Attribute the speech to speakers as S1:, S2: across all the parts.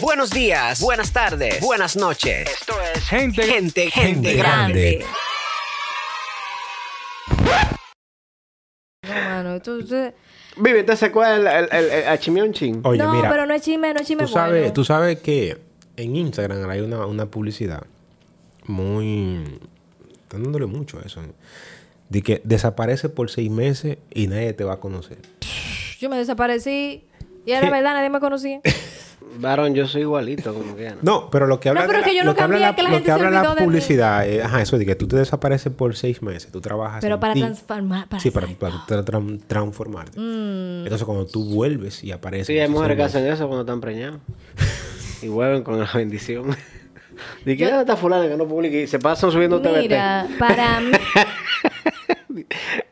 S1: Buenos días, buenas tardes, buenas noches. Esto es
S2: Gente-
S1: gente, gente,
S2: Gente
S1: grande.
S2: grande.
S3: No, mano, esto- esto-
S4: Vive, ¿te acuerdas el, el, el, el achimionchín?
S5: Oye,
S3: no,
S5: mira,
S3: pero no es chisme, no es chisme
S5: tú, sabes,
S3: bueno.
S5: tú sabes que en Instagram hay una, una publicidad muy... Están dándole mucho a eso. De que desaparece por seis meses y nadie te va a conocer.
S3: Yo me desaparecí y era verdad, nadie me conocía.
S4: Varón, yo soy igualito, como que ya no.
S5: No, pero lo que habla
S3: pero
S5: de
S3: que yo
S5: lo
S3: no
S5: que habla
S3: cambié,
S5: la,
S3: que la
S5: lo
S3: gente
S5: que
S3: se
S5: habla la
S3: olvidó de mí.
S5: publicidad, eh, ajá, eso de que tú te desapareces por seis meses, tú trabajas.
S3: Pero
S5: en
S3: para
S5: ti.
S3: transformar, para Mm.
S5: sí, para, para tra- tra- transformarte. Entonces cuando tú vuelves y apareces.
S4: Sí, hay
S5: esos
S4: mujeres que
S5: seis meses,
S4: hacen eso cuando están preñadas. y vuelven con la bendición. ¿Y qué está fulana que no publica? Y se pasan subiendo
S3: Mira, para mí.
S4: TVT.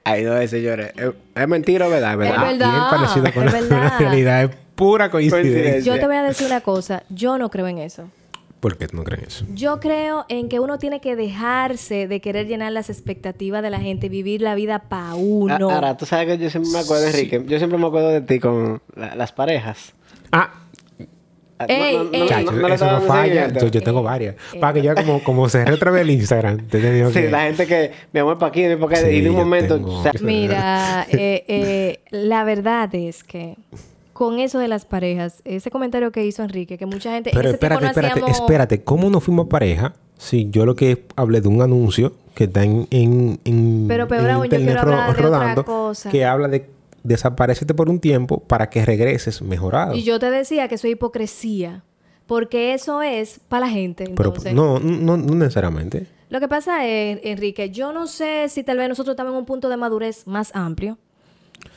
S4: Ay, no, eh, señores. Es, es mentira, o ¿verdad? Es
S3: Es
S4: verdad.
S5: ah, bien
S3: verdad,
S5: parecido con
S3: es
S5: la,
S3: verdad.
S5: la realidad, es pura coincidencia.
S4: Coincidencia.
S3: Yo te voy a decir una cosa, yo no creo en eso.
S5: ¿Por qué no creen eso?
S3: Yo creo en que uno tiene que dejarse de querer llenar las expectativas de la gente, vivir la vida pa'
S4: Ah,
S3: uno.
S4: Ahora, tú sabes que yo siempre me acuerdo, Enrique. Yo siempre me acuerdo de ti con la- las parejas.
S5: Ah,
S4: Ah,
S3: Ey, ey.
S4: le
S5: chacho,
S4: estaba
S5: eso no
S4: dando
S5: falla.
S4: seguimiento.
S5: Yo, yo tengo varias.
S3: Eh,
S5: Para que yo como, como cerré otra vez el Instagram, te he tenido
S4: Sí,
S5: que-
S4: la gente que mi amor para aquí, mi amor para acá, y
S5: Sí,
S4: de un
S5: yo
S4: momento.
S5: tengo-
S4: o sea,
S3: Mira, eh, eh, la verdad es que con eso de las parejas, ese comentario que hizo Enrique, que mucha gente... en
S5: Pero
S3: ese tiempo
S5: espérate,
S3: no
S5: espérate,
S3: hacíamos-
S5: espérate. ¿Cómo no fuimos pareja? Si yo lo que hablé de un anuncio que está en, en, en-
S3: Pero peor
S5: en
S3: aún, yo quiero
S5: ro-
S3: hablar de otra cosa.
S5: que habla de desaparecerte por un tiempo para que regreses mejorado.
S3: Y yo te decía que eso es hipocresía, porque eso es para la gente.
S5: Pero pues,
S3: Entonces,
S5: no, no, no necesariamente.
S3: Lo que pasa es, Enrique, yo no sé si tal vez nosotros estamos en un punto de madurez más amplio,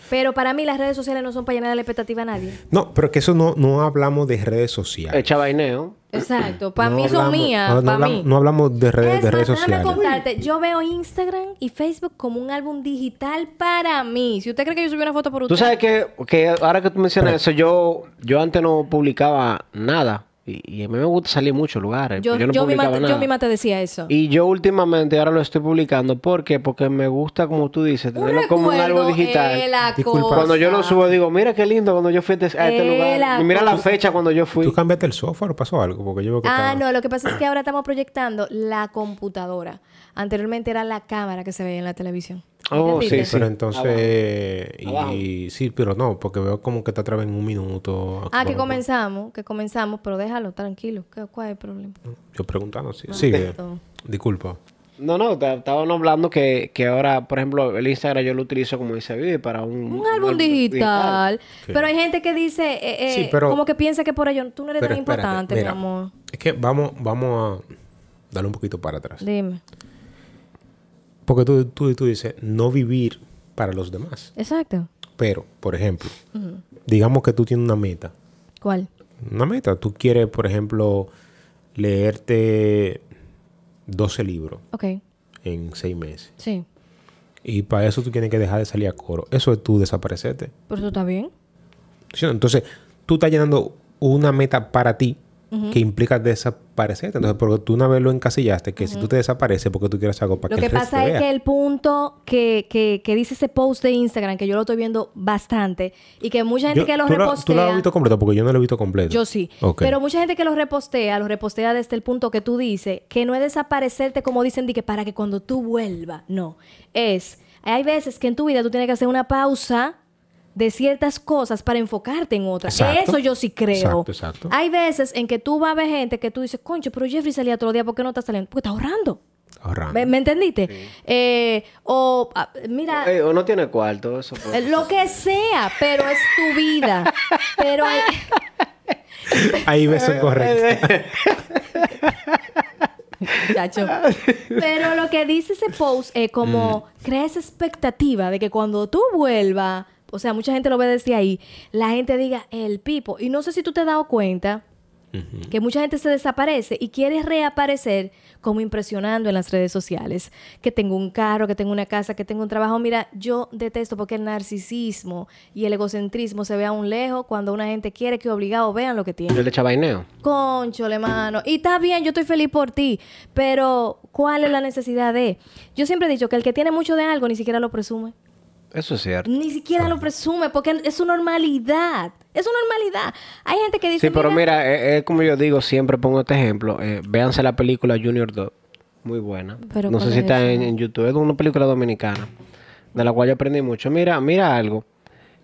S3: pero para mí las redes sociales no son para llenar la expectativa a nadie.
S5: No, pero que eso no, no hablamos de redes
S4: el
S5: sociales.
S4: chabaineo.
S3: Exacto, para
S5: No
S3: mí son
S5: hablamos-
S3: mías,
S5: No, no
S3: para
S5: hablamos,
S3: mí.
S5: no hablamos de redes,
S3: es
S5: de
S3: más,
S5: redes
S3: déjame
S5: sociales.
S3: contarte, yo veo Instagram y Facebook como un álbum digital para mí. Si usted cree que yo subí una foto por usted,
S4: Tú sabes que, que ahora que tú mencionas eso, yo, yo antes no publicaba nada. Y, y a mí me gusta salir a muchos lugares.
S3: yo,
S4: Yo, no
S3: yo misma,
S4: publicaba
S3: te-
S4: nada.
S3: yo misma te decía eso.
S4: Y yo últimamente ahora lo estoy publicando. ¿Por qué? Porque me gusta, como tú dices,
S3: Un
S4: tenerlo como un
S3: recuerdo
S4: álbum digital.
S3: es la
S5: Disculpa.
S3: cosa.
S4: Cuando yo lo subo, digo, mira qué lindo cuando yo fui a este, a este
S3: Eh,
S4: lugar.
S3: la
S4: Y mira la
S3: cosa.
S4: fecha cuando yo fui.
S5: ¿Tú cambiaste el software o pasó algo? Porque yo veo que
S3: Pues Ah,
S5: estaba-
S3: no, lo que pasa es que ahora estamos proyectando la computadora. Anteriormente era la cámara que se veía en la televisión.
S4: Oh,
S3: ¿Entendiste?
S4: sí.
S5: Pero entonces...
S4: Abajo.
S5: Y, sí, pero no, porque veo como que te atrás en un minuto.
S3: Ah, que
S5: Bueno,
S3: comenzamos, que comenzamos, pero déjalo tranquilo. ¿qué- ¿Cuál es el problema?
S5: Yo preguntando, sí. Sigue.
S3: Ah, Perfecto.
S5: Disculpa.
S4: No, no, te- estaban hablando que, que ahora, por ejemplo, el Instagram yo lo utilizo como dice Vivi para un,
S3: Un álbum digital. Pero hay gente que dice, eh, eh,
S5: Sí, pero-
S3: como que piensa que por ello tú no eres
S5: Pero
S3: tan
S5: espérate,
S3: importante,
S5: mira,
S3: mi amor.
S5: Es que vamos, vamos a darle un poquito para atrás.
S3: Dime.
S5: Porque tú, tú, tú dices no vivir para los demás.
S3: Exacto.
S5: Pero, por ejemplo, digamos que tú tienes una meta.
S3: ¿Cuál?
S5: Una meta. Tú quieres, por ejemplo, leerte 12 libros
S3: Ok,
S5: en 6 meses.
S3: sí.
S5: Y para eso tú tienes que dejar de salir a coro. Eso es tú desaparecerte.
S3: ¿Por eso está bien?
S5: ¿Sí o no? Entonces, tú estás llenando una meta para ti que implica desaparecerte. Entonces, porque tú una vez lo encasillaste, que si tú te desapareces, porque tú quieres algo para
S3: Lo
S5: que
S3: que
S5: el resto
S3: pasa es
S5: vea.
S3: que el punto que, que, que dice ese post de Instagram, que yo lo estoy viendo bastante, y que mucha gente
S5: Yo-
S3: que lo
S5: tú lo, tú
S3: repostea...
S5: lo has visto completo, porque yo no lo he visto completo.
S3: Yo sí.
S5: Ok.
S3: Pero mucha gente que lo repostea, lo repostea desde el punto que tú dices, que no es desaparecerte como dicen, de que para que cuando tú vuelvas. No. Es, hay veces que en tu vida tú tienes que hacer una pausa de ciertas cosas para enfocarte en otras.
S5: Exacto.
S3: Eso yo sí creo.
S5: Exacto, exacto.
S3: Hay veces en que tú vas a ver gente que tú dices, concho, pero Jeffrey salía todos los días, ¿por qué no está saliendo? Porque está ahorrando.
S5: Ahorrando.
S3: ¿Me, me entendiste? Eh, o, ah, mira,
S4: Ey, o no Eh, tiene cuarto, eso. pues.
S3: eh, lo que sea, pero es tu vida. Pero hay...
S5: Ahí ves eso correcto.
S3: Muchacho. Pero lo que dice ese post es como crea esa expectativa de que cuando tú vuelvas, o sea, mucha gente lo ve desde ahí, la gente diga el pipo. Y no sé si tú te has dado cuenta que mucha gente se desaparece y quiere reaparecer como impresionando en las redes sociales. Que tengo un carro, que tengo una casa, que tengo un trabajo. Mira, yo detesto porque el narcisismo y el egocentrismo se ve aún lejos cuando una gente quiere que obligado vean lo que tiene.
S4: Yo le chabaineo.
S3: Conchole, mano. Y está bien, yo estoy feliz por ti. Pero, ¿cuál es la necesidad de? Yo siempre he dicho que el que tiene mucho de algo ni siquiera lo presume.
S4: Eso es cierto.
S3: Ni siquiera lo presume porque es su normalidad. Es una normalidad. Hay gente que dice.
S4: Sí, pero mira, es como yo digo, siempre pongo este ejemplo. eh, véanse la película Junior 2. Muy buena.
S3: Pero
S4: no
S3: ¿cuál
S4: sé si
S3: es
S4: está
S3: esa?
S4: en, en YouTube. Es una película dominicana. De la cual yo aprendí mucho. Mira, mira algo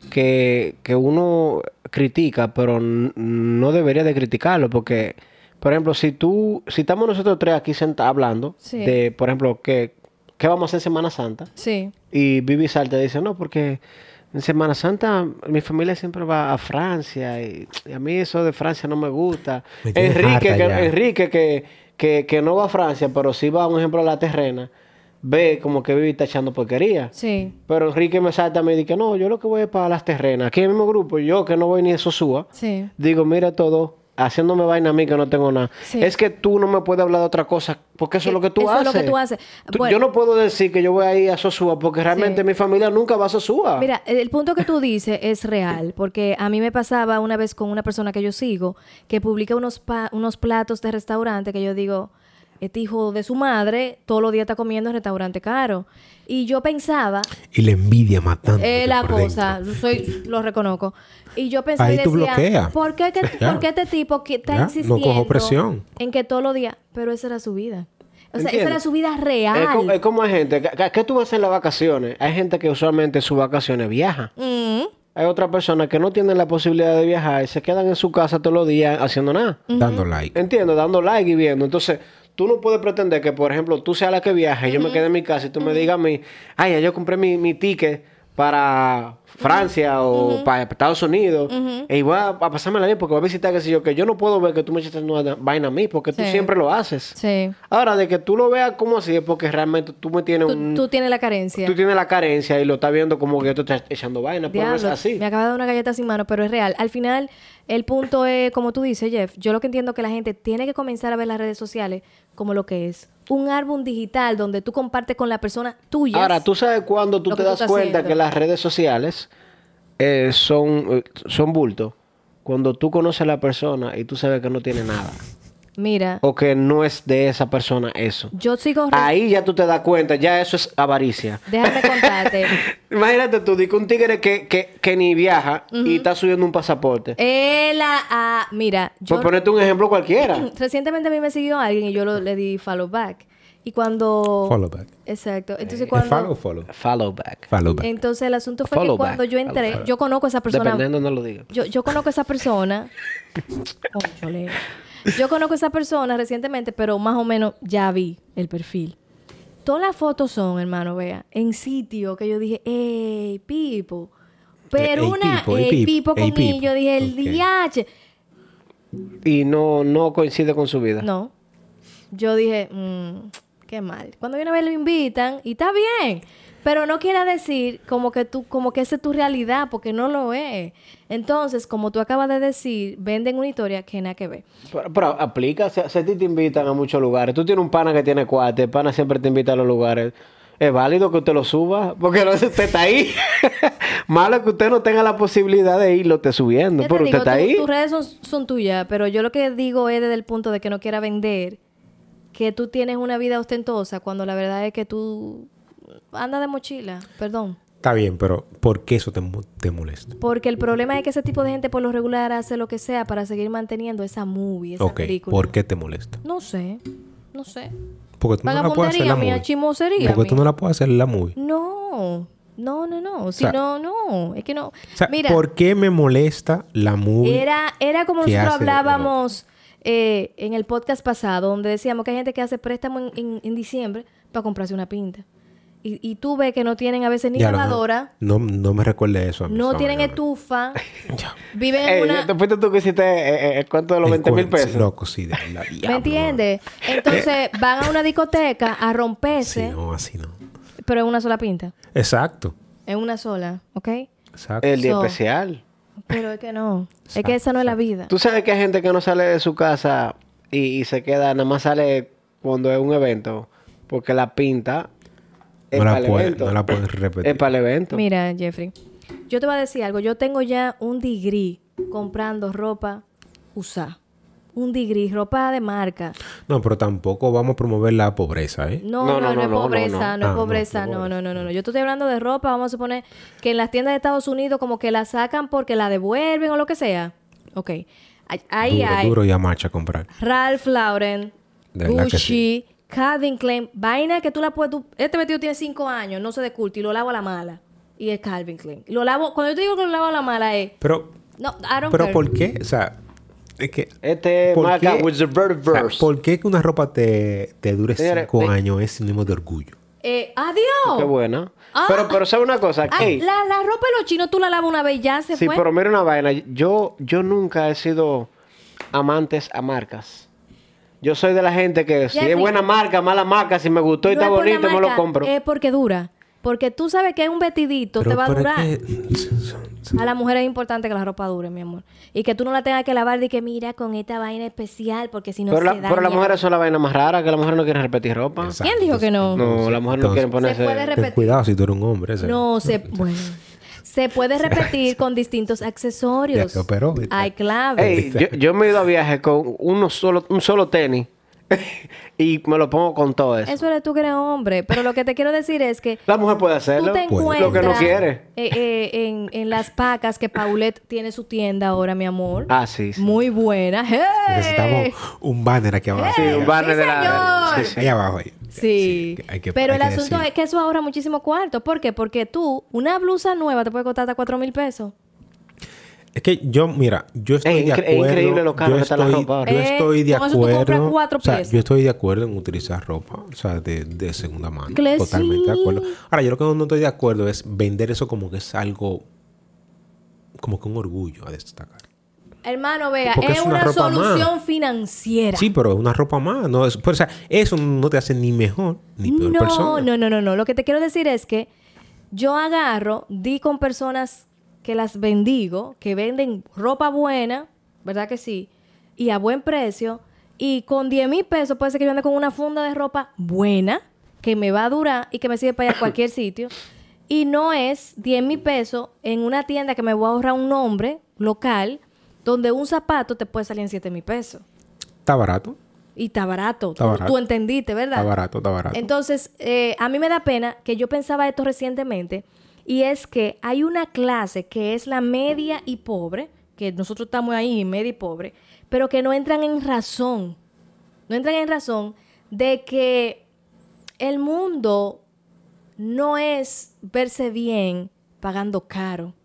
S4: que, que uno critica, pero n- no debería de criticarlo. Porque, por ejemplo, si tú, si estamos nosotros tres aquí sentados hablando
S3: Sí.
S4: de, por ejemplo, que, ¿qué vamos a hacer en Semana Santa?
S3: Sí.
S4: Y Vivi Salta dice, no, porque en Semana Santa mi familia siempre va a Francia y, y a mí eso de Francia no me gusta.
S5: Me tiene
S4: Enrique,
S5: harta
S4: que,
S5: ya.
S4: Enrique que, que, que no va a Francia, pero sí va, un ejemplo, a la terrena, ve como que Vivi está echando porquería.
S3: Sí.
S4: Pero Enrique me salta a mí y dice, no, yo lo que voy es para las terrenas. Aquí en el mismo grupo, yo que no voy ni a Sosúa,
S3: Sí.
S4: digo, mira todo, haciéndome vaina a mí que no tengo nada.
S3: Sí.
S4: Es que tú no me puedes hablar de otra cosa, porque eso es lo que tú
S3: Eso es
S4: haces.
S3: lo que tú haces. Bueno.
S4: yo no puedo decir que yo voy a ir a Sosúa, porque realmente
S3: Sí.
S4: mi familia nunca va a Sosúa.
S3: Mira, el el punto que tú dices es real, porque a mí me pasaba una vez con una persona que yo sigo, que publica unos, pa- unos platos de restaurante que yo digo, este hijo de su madre todos los días está comiendo en restaurante caro. Y yo pensaba,
S5: Y la envidia matando.
S3: eh, la cosa, soy, lo reconozco. Y yo pensaba, y
S5: Ahí tú
S3: decía,
S5: bloqueas.
S3: ¿por qué, que-
S5: Ya.
S3: por qué este tipo que está
S5: Ya, no cojo
S3: insistiendo
S5: presión.
S3: en que todos los días? Pero esa era su vida. O sea,
S4: ¿Entiendes?
S3: esa era su vida
S4: Es, co-
S3: real.
S4: es como hay gente, que- que- ¿qué tú vas a hacer en las vacaciones? Hay gente que usualmente sus vacaciones viaja.
S3: Mm,
S4: Hay otras personas que no tienen la posibilidad de viajar y se quedan en su casa todos los días haciendo nada.
S5: Dando like.
S4: Entiendo, dando like y viendo. Entonces, tú no puedes pretender que, por ejemplo, tú seas la que viaja y yo me quede en mi casa y tú me digas a mí, ay, ya yo compré mi, mi ticket para Francia o para Estados Unidos y voy a, a pasármela bien porque voy a visitar, qué sé yo, que yo no puedo ver que tú me echaste una vaina a mí porque tú
S3: Sí.
S4: siempre lo haces.
S3: sí.
S4: Ahora, de que tú lo veas como así es porque realmente tú me tienes
S3: Tú,
S4: un...
S3: tú tienes la carencia.
S4: Tú tienes la carencia y lo estás viendo como que yo te estoy echando vaina, pero no es
S3: Diablo,
S4: así.
S3: Me acaba de dar una galleta sin mano, pero es real. Al final, el punto es, como tú dices, Jeff, yo lo que entiendo es que la gente tiene que comenzar a ver las redes sociales como lo que es. Un álbum digital donde tú compartes con la persona tuya.
S4: Ahora, tú sabes cuando tú
S3: Lo
S4: te
S3: que tú
S4: das
S3: estás
S4: cuenta
S3: haciendo.
S4: que las redes sociales eh, son, eh, son bulto. Cuando tú conoces a la persona y tú sabes que no tiene nada.
S3: Mira,
S4: O que no es de esa persona eso.
S3: yo sigo... re-
S4: Ahí ya tú te das cuenta, ya eso es avaricia.
S3: Déjame contarte.
S4: Imagínate tú, di que un tigre que, que, que ni viaja y está subiendo un pasaporte.
S3: Eh, la- ah, mira, yo...
S4: Por ponerte un ejemplo cualquiera.
S3: Recientemente a mí me siguió alguien y yo lo- le di follow back. Y cuando...
S5: Follow back. Eh,
S3: Exacto. Entonces
S5: ¿Es follow o
S3: cuando...
S5: follow?
S4: Follow back.
S5: Follow back.
S3: Entonces el asunto fue
S4: Follow
S3: que cuando
S4: back,
S3: yo
S4: follow
S3: entré,
S4: back.
S3: yo conozco a esa persona.
S4: Dependiendo, no lo diga.
S3: Yo, yo conozco a esa persona. Cónchole. Yo conozco a esa persona recientemente, pero más o menos ya vi el perfil. Todas las fotos son, hermano, vea, en sitio que yo dije, ¡ey, Pipo! Pero
S5: Eh, ey,
S3: una,
S5: Pipo, ey,
S3: ¡ey,
S5: Pipo,
S3: Pipo
S5: ey,
S3: con
S5: Pipo.
S3: i, yo dije, el
S5: Ok.
S3: DH.
S4: Y no, no coincide con su vida.
S3: No. Yo dije, "Mm, qué mal. Cuando viene a ver lo invitan y está bien. Pero no quiere decir como que tú, como que esa es tu realidad, porque no lo es. Entonces, como tú acabas de decir, venden una historia que nada que ver.
S4: Pero, pero aplica, si, si a ti te invitan a muchos lugares, tú tienes un pana que tiene cuate, el pana siempre te invita a los lugares. Es válido que usted lo suba, porque no, usted está ahí. Malo que usted no tenga la posibilidad de irlo te subiendo,
S3: Ya te
S4: pero usted
S3: digo,
S4: está
S3: tu-
S4: ahí.
S3: Tus redes son, son tuyas, pero yo lo que digo es desde el punto de que no quiera vender, que tú tienes una vida ostentosa cuando la verdad es que tú andas de mochila, perdón.
S5: Está bien, pero ¿por qué eso te, mo- te molesta?
S3: Porque el problema es que ese tipo de gente por lo regular hace lo que sea para seguir manteniendo esa movie, esa
S5: ok,
S3: película.
S5: ¿por qué te molesta?
S3: No sé, no sé.
S5: Porque tú no la puedes hacer
S3: Vagabundería
S5: la
S3: mía,
S5: movie.
S3: chismosería
S5: Porque tú no
S3: mía.
S5: la puedes hacer la movie.
S3: No, no, no, no. Si
S5: sea-
S3: no, no. Es que no.
S5: O sea,
S3: Mira,
S5: ¿por qué me molesta la movie?
S3: Era, era como
S5: que
S3: nosotros
S5: hace el
S3: hablábamos eh, en el podcast pasado, donde decíamos que hay gente que hace préstamo en, en- en diciembre para comprarse una pinta. Y, y tú ves que no tienen a veces ni
S5: Ya, no,
S3: lavadora,
S5: No, no, me recuerde eso. a mí,
S3: no
S5: esa
S3: tienen
S5: vaina.
S3: estufa,
S5: Ya.
S3: viven en
S4: Ey,
S3: una...
S4: Eh, ¿te fuiste tú que hiciste eh, eh, el cuento de los
S5: El
S4: 20 mil
S5: cuento,
S4: pesos?
S5: Loco, sí, de la diablo.
S3: ¿Me entiendes? Entonces van a una discoteca a
S5: Sí,
S3: romperse,
S5: no, así no.
S3: pero en una sola pinta.
S5: Exacto.
S3: En una sola, ¿ok?
S5: Exacto.
S4: El día
S3: So-
S4: especial.
S3: Pero es que no. Es que esa no es la vida.
S4: Tú sabes que hay gente que no sale de su casa y, y se queda, nada más sale cuando es un evento, porque la pinta es
S5: No la
S4: para el
S5: puede-
S4: evento.
S5: no la puedes repetir.
S4: Es para el evento.
S3: Mira, Jeffrey, yo te voy a decir algo. Yo tengo ya un degree comprando ropa usada. un digri, ropa de marca.
S5: No, pero tampoco vamos a promover la pobreza, ¿eh?
S3: No, no, no, es pobreza, no,
S5: Ah, no,
S3: es pobreza,
S5: no,
S3: no, no, no, no, no. Yo te estoy hablando de ropa, vamos a suponer que en las tiendas de Estados Unidos como que la sacan porque la devuelven o lo que sea. Ok. Ay- Ahí
S5: duro,
S3: hay
S5: duro y a marcha comprar.
S3: Ralph Lauren,
S5: De verdad que
S3: Gucci, Calvin Klein, vaina que tú la puedes... tú- este vestido tiene cinco años, no se desculta y lo lavo a la mala. Y es Calvin Klein. Lo lavo... Cuando yo te digo que lo lavo a la mala es...
S5: Pero,
S3: No, I don't
S5: pero
S3: care.
S5: ¿por qué? O sea, es que...
S4: Este marca with the
S5: o sea,
S4: verse.
S5: ¿Por qué que una ropa te, te dure
S4: Señores,
S5: cinco
S4: ve-
S5: años es sinónimo de orgullo?
S3: Eh, ¡Adiós!
S4: Qué buena.
S3: Ah.
S4: Pero, pero ¿sabe una cosa?
S3: Ah,
S4: Ey,
S3: la, la ropa de los chinos tú la lavas una vez y ya se
S4: sí,
S3: fue.
S4: pero mira una vaina. Yo, yo nunca he sido amantes a marcas. Yo soy de la gente que si
S3: Jeffrey.
S4: es buena marca, mala marca, si me gustó y
S3: No
S4: está
S3: es por la
S4: bonito, me lo
S3: marca, Eh,
S4: compro.
S3: Es porque dura. Porque tú sabes que es un vestidito, te va a
S5: pero
S3: durar.
S5: es que-
S3: A la mujer es importante que la ropa dure, mi amor. Y que tú no la tengas que lavar de que mira con esta vaina especial, porque si no
S4: pero,
S3: se
S4: la-
S3: daña.
S4: pero las mujeres son la vaina más rara, que las mujeres no quieren repetir ropa.
S5: Exacto.
S3: ¿Quién dijo que no? No,
S4: No, las mujeres no
S5: Entonces,
S4: quieren
S5: se
S4: ponerse...
S3: puede re-
S5: Ten
S3: repetir.
S5: cuidado si tú eres un hombre. o sea.
S3: se... Bueno. Se puede repetir con distintos accesorios.
S5: Ya que operó, ¿viste?
S3: Hay claves.
S4: Ey, yo, yo me he ido a viaje con uno solo, un solo tenis y me lo pongo con todo eso.
S3: Eso eres tú que eres hombre. Pero lo que te quiero decir es que
S4: La mujer puede
S3: tú
S4: hacerlo.
S3: te encuentras
S4: Lo que no quiere.
S3: eh, eh, en, en las pacas que Paulette tiene su tienda ahora, mi amor.
S4: Ah, sí, sí.
S3: Muy buena. ¡Hey!
S5: Necesitamos un banner aquí abajo.
S4: Sí, un banner
S3: sí,
S4: de la...
S3: señor.
S4: sí, sí.
S5: Ahí abajo. ahí.
S3: Sí.
S5: que hay que-
S3: Pero
S5: hay
S3: el
S5: que
S3: asunto
S5: decir.
S3: es que eso ahorra muchísimo cuarto. ¿Por qué? Porque tú, una blusa nueva te puede costar hasta 4 mil pesos.
S5: Es que yo, mira, yo estoy
S4: Ey,
S5: de
S4: incre- es
S5: acuerdo.
S4: increíble lo caro
S5: yo
S4: que está la
S5: estoy-
S4: ropa ahora.
S5: Yo
S3: Eh,
S5: estoy de
S3: con eso tú compras
S5: acuerdo.
S3: cuatro
S5: o sea,
S3: piezas.
S5: yo estoy de acuerdo en utilizar ropa, o sea, de, de segunda mano.
S3: Que
S5: totalmente de
S3: sí.
S5: acuerdo. Ahora, yo lo que no estoy de acuerdo es vender eso como que es algo, como que un orgullo a destacar.
S3: Hermano, vea,
S5: Porque
S3: es,
S5: es una
S3: una,
S5: ropa más.
S3: solución financiera.
S5: Sí, pero es una ropa más. No es, pero, o sea, eso no te hace ni mejor ni peor
S3: no,
S5: persona.
S3: no, no, no, no. Lo que te quiero decir es que yo agarro, di con personas que las bendigo, que venden ropa buena, ¿verdad que sí? Y a buen precio. Y con 10 mil pesos puede ser que yo ande con una funda de ropa buena, que me va a durar y que me sirve para ir a cualquier sitio. Y no es 10 mil pesos en una tienda que me voy a ahorrar un nombre local, donde un zapato te puede salir en 7 mil pesos.
S5: Está barato.
S3: Y está barato.
S5: Está
S3: Tú-
S5: barato.
S3: Tú, entendiste, ¿verdad?
S5: Está barato, está barato.
S3: Entonces, eh, a mí me da pena que yo pensaba esto recientemente, y es que hay una clase que es la media y pobre, que nosotros estamos ahí, media y pobre, pero que no entran en razón, no entran en razón de que el mundo no es verse bien pagando caro.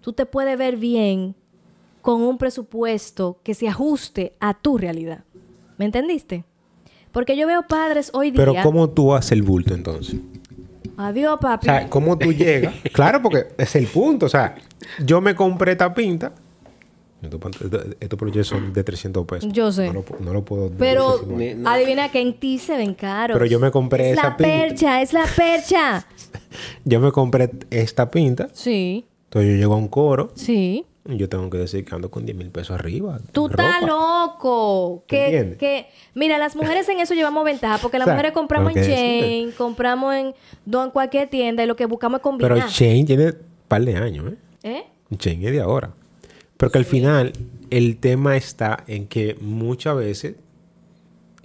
S3: Tú te puedes ver bien con un presupuesto que se ajuste a tu realidad. ¿Me entendiste? Porque yo veo padres hoy día.
S5: pero ¿cómo tú haces el bulto entonces?
S3: Adiós,
S5: O
S3: papi.
S5: sea, ¿cómo tú llegas? claro, porque es el punto. O sea, yo me compré esta pinta. Estos pan- estos- estos proyectos son de 300 pesos.
S3: Yo sé.
S5: No lo, pu- no lo puedo
S3: pero
S5: decir, no.
S3: adivina que en ti se ven caros.
S5: Pero yo me compré
S3: es
S5: esa
S3: la
S5: pinta.
S3: percha, es la percha.
S5: Yo me compré esta pinta.
S3: Sí,
S5: Entonces yo llego a un coro.
S3: sí.
S5: y Yo tengo que decir que ando con 10 mil pesos arriba.
S3: Tú
S5: ropa.
S3: estás loco.
S5: ¿Te
S3: Que,
S5: entiendes?
S3: que, mira, las mujeres en eso llevamos ventaja, porque las
S5: O sea,
S3: mujeres compramos en
S5: tengo que
S3: chain, compramos en don cualquier tienda y lo que buscamos es combinar.
S5: Pero Shane tiene un par de años, ¿eh?
S3: ¿Eh?
S5: Shane es de ahora. Porque al final, el tema está en que muchas veces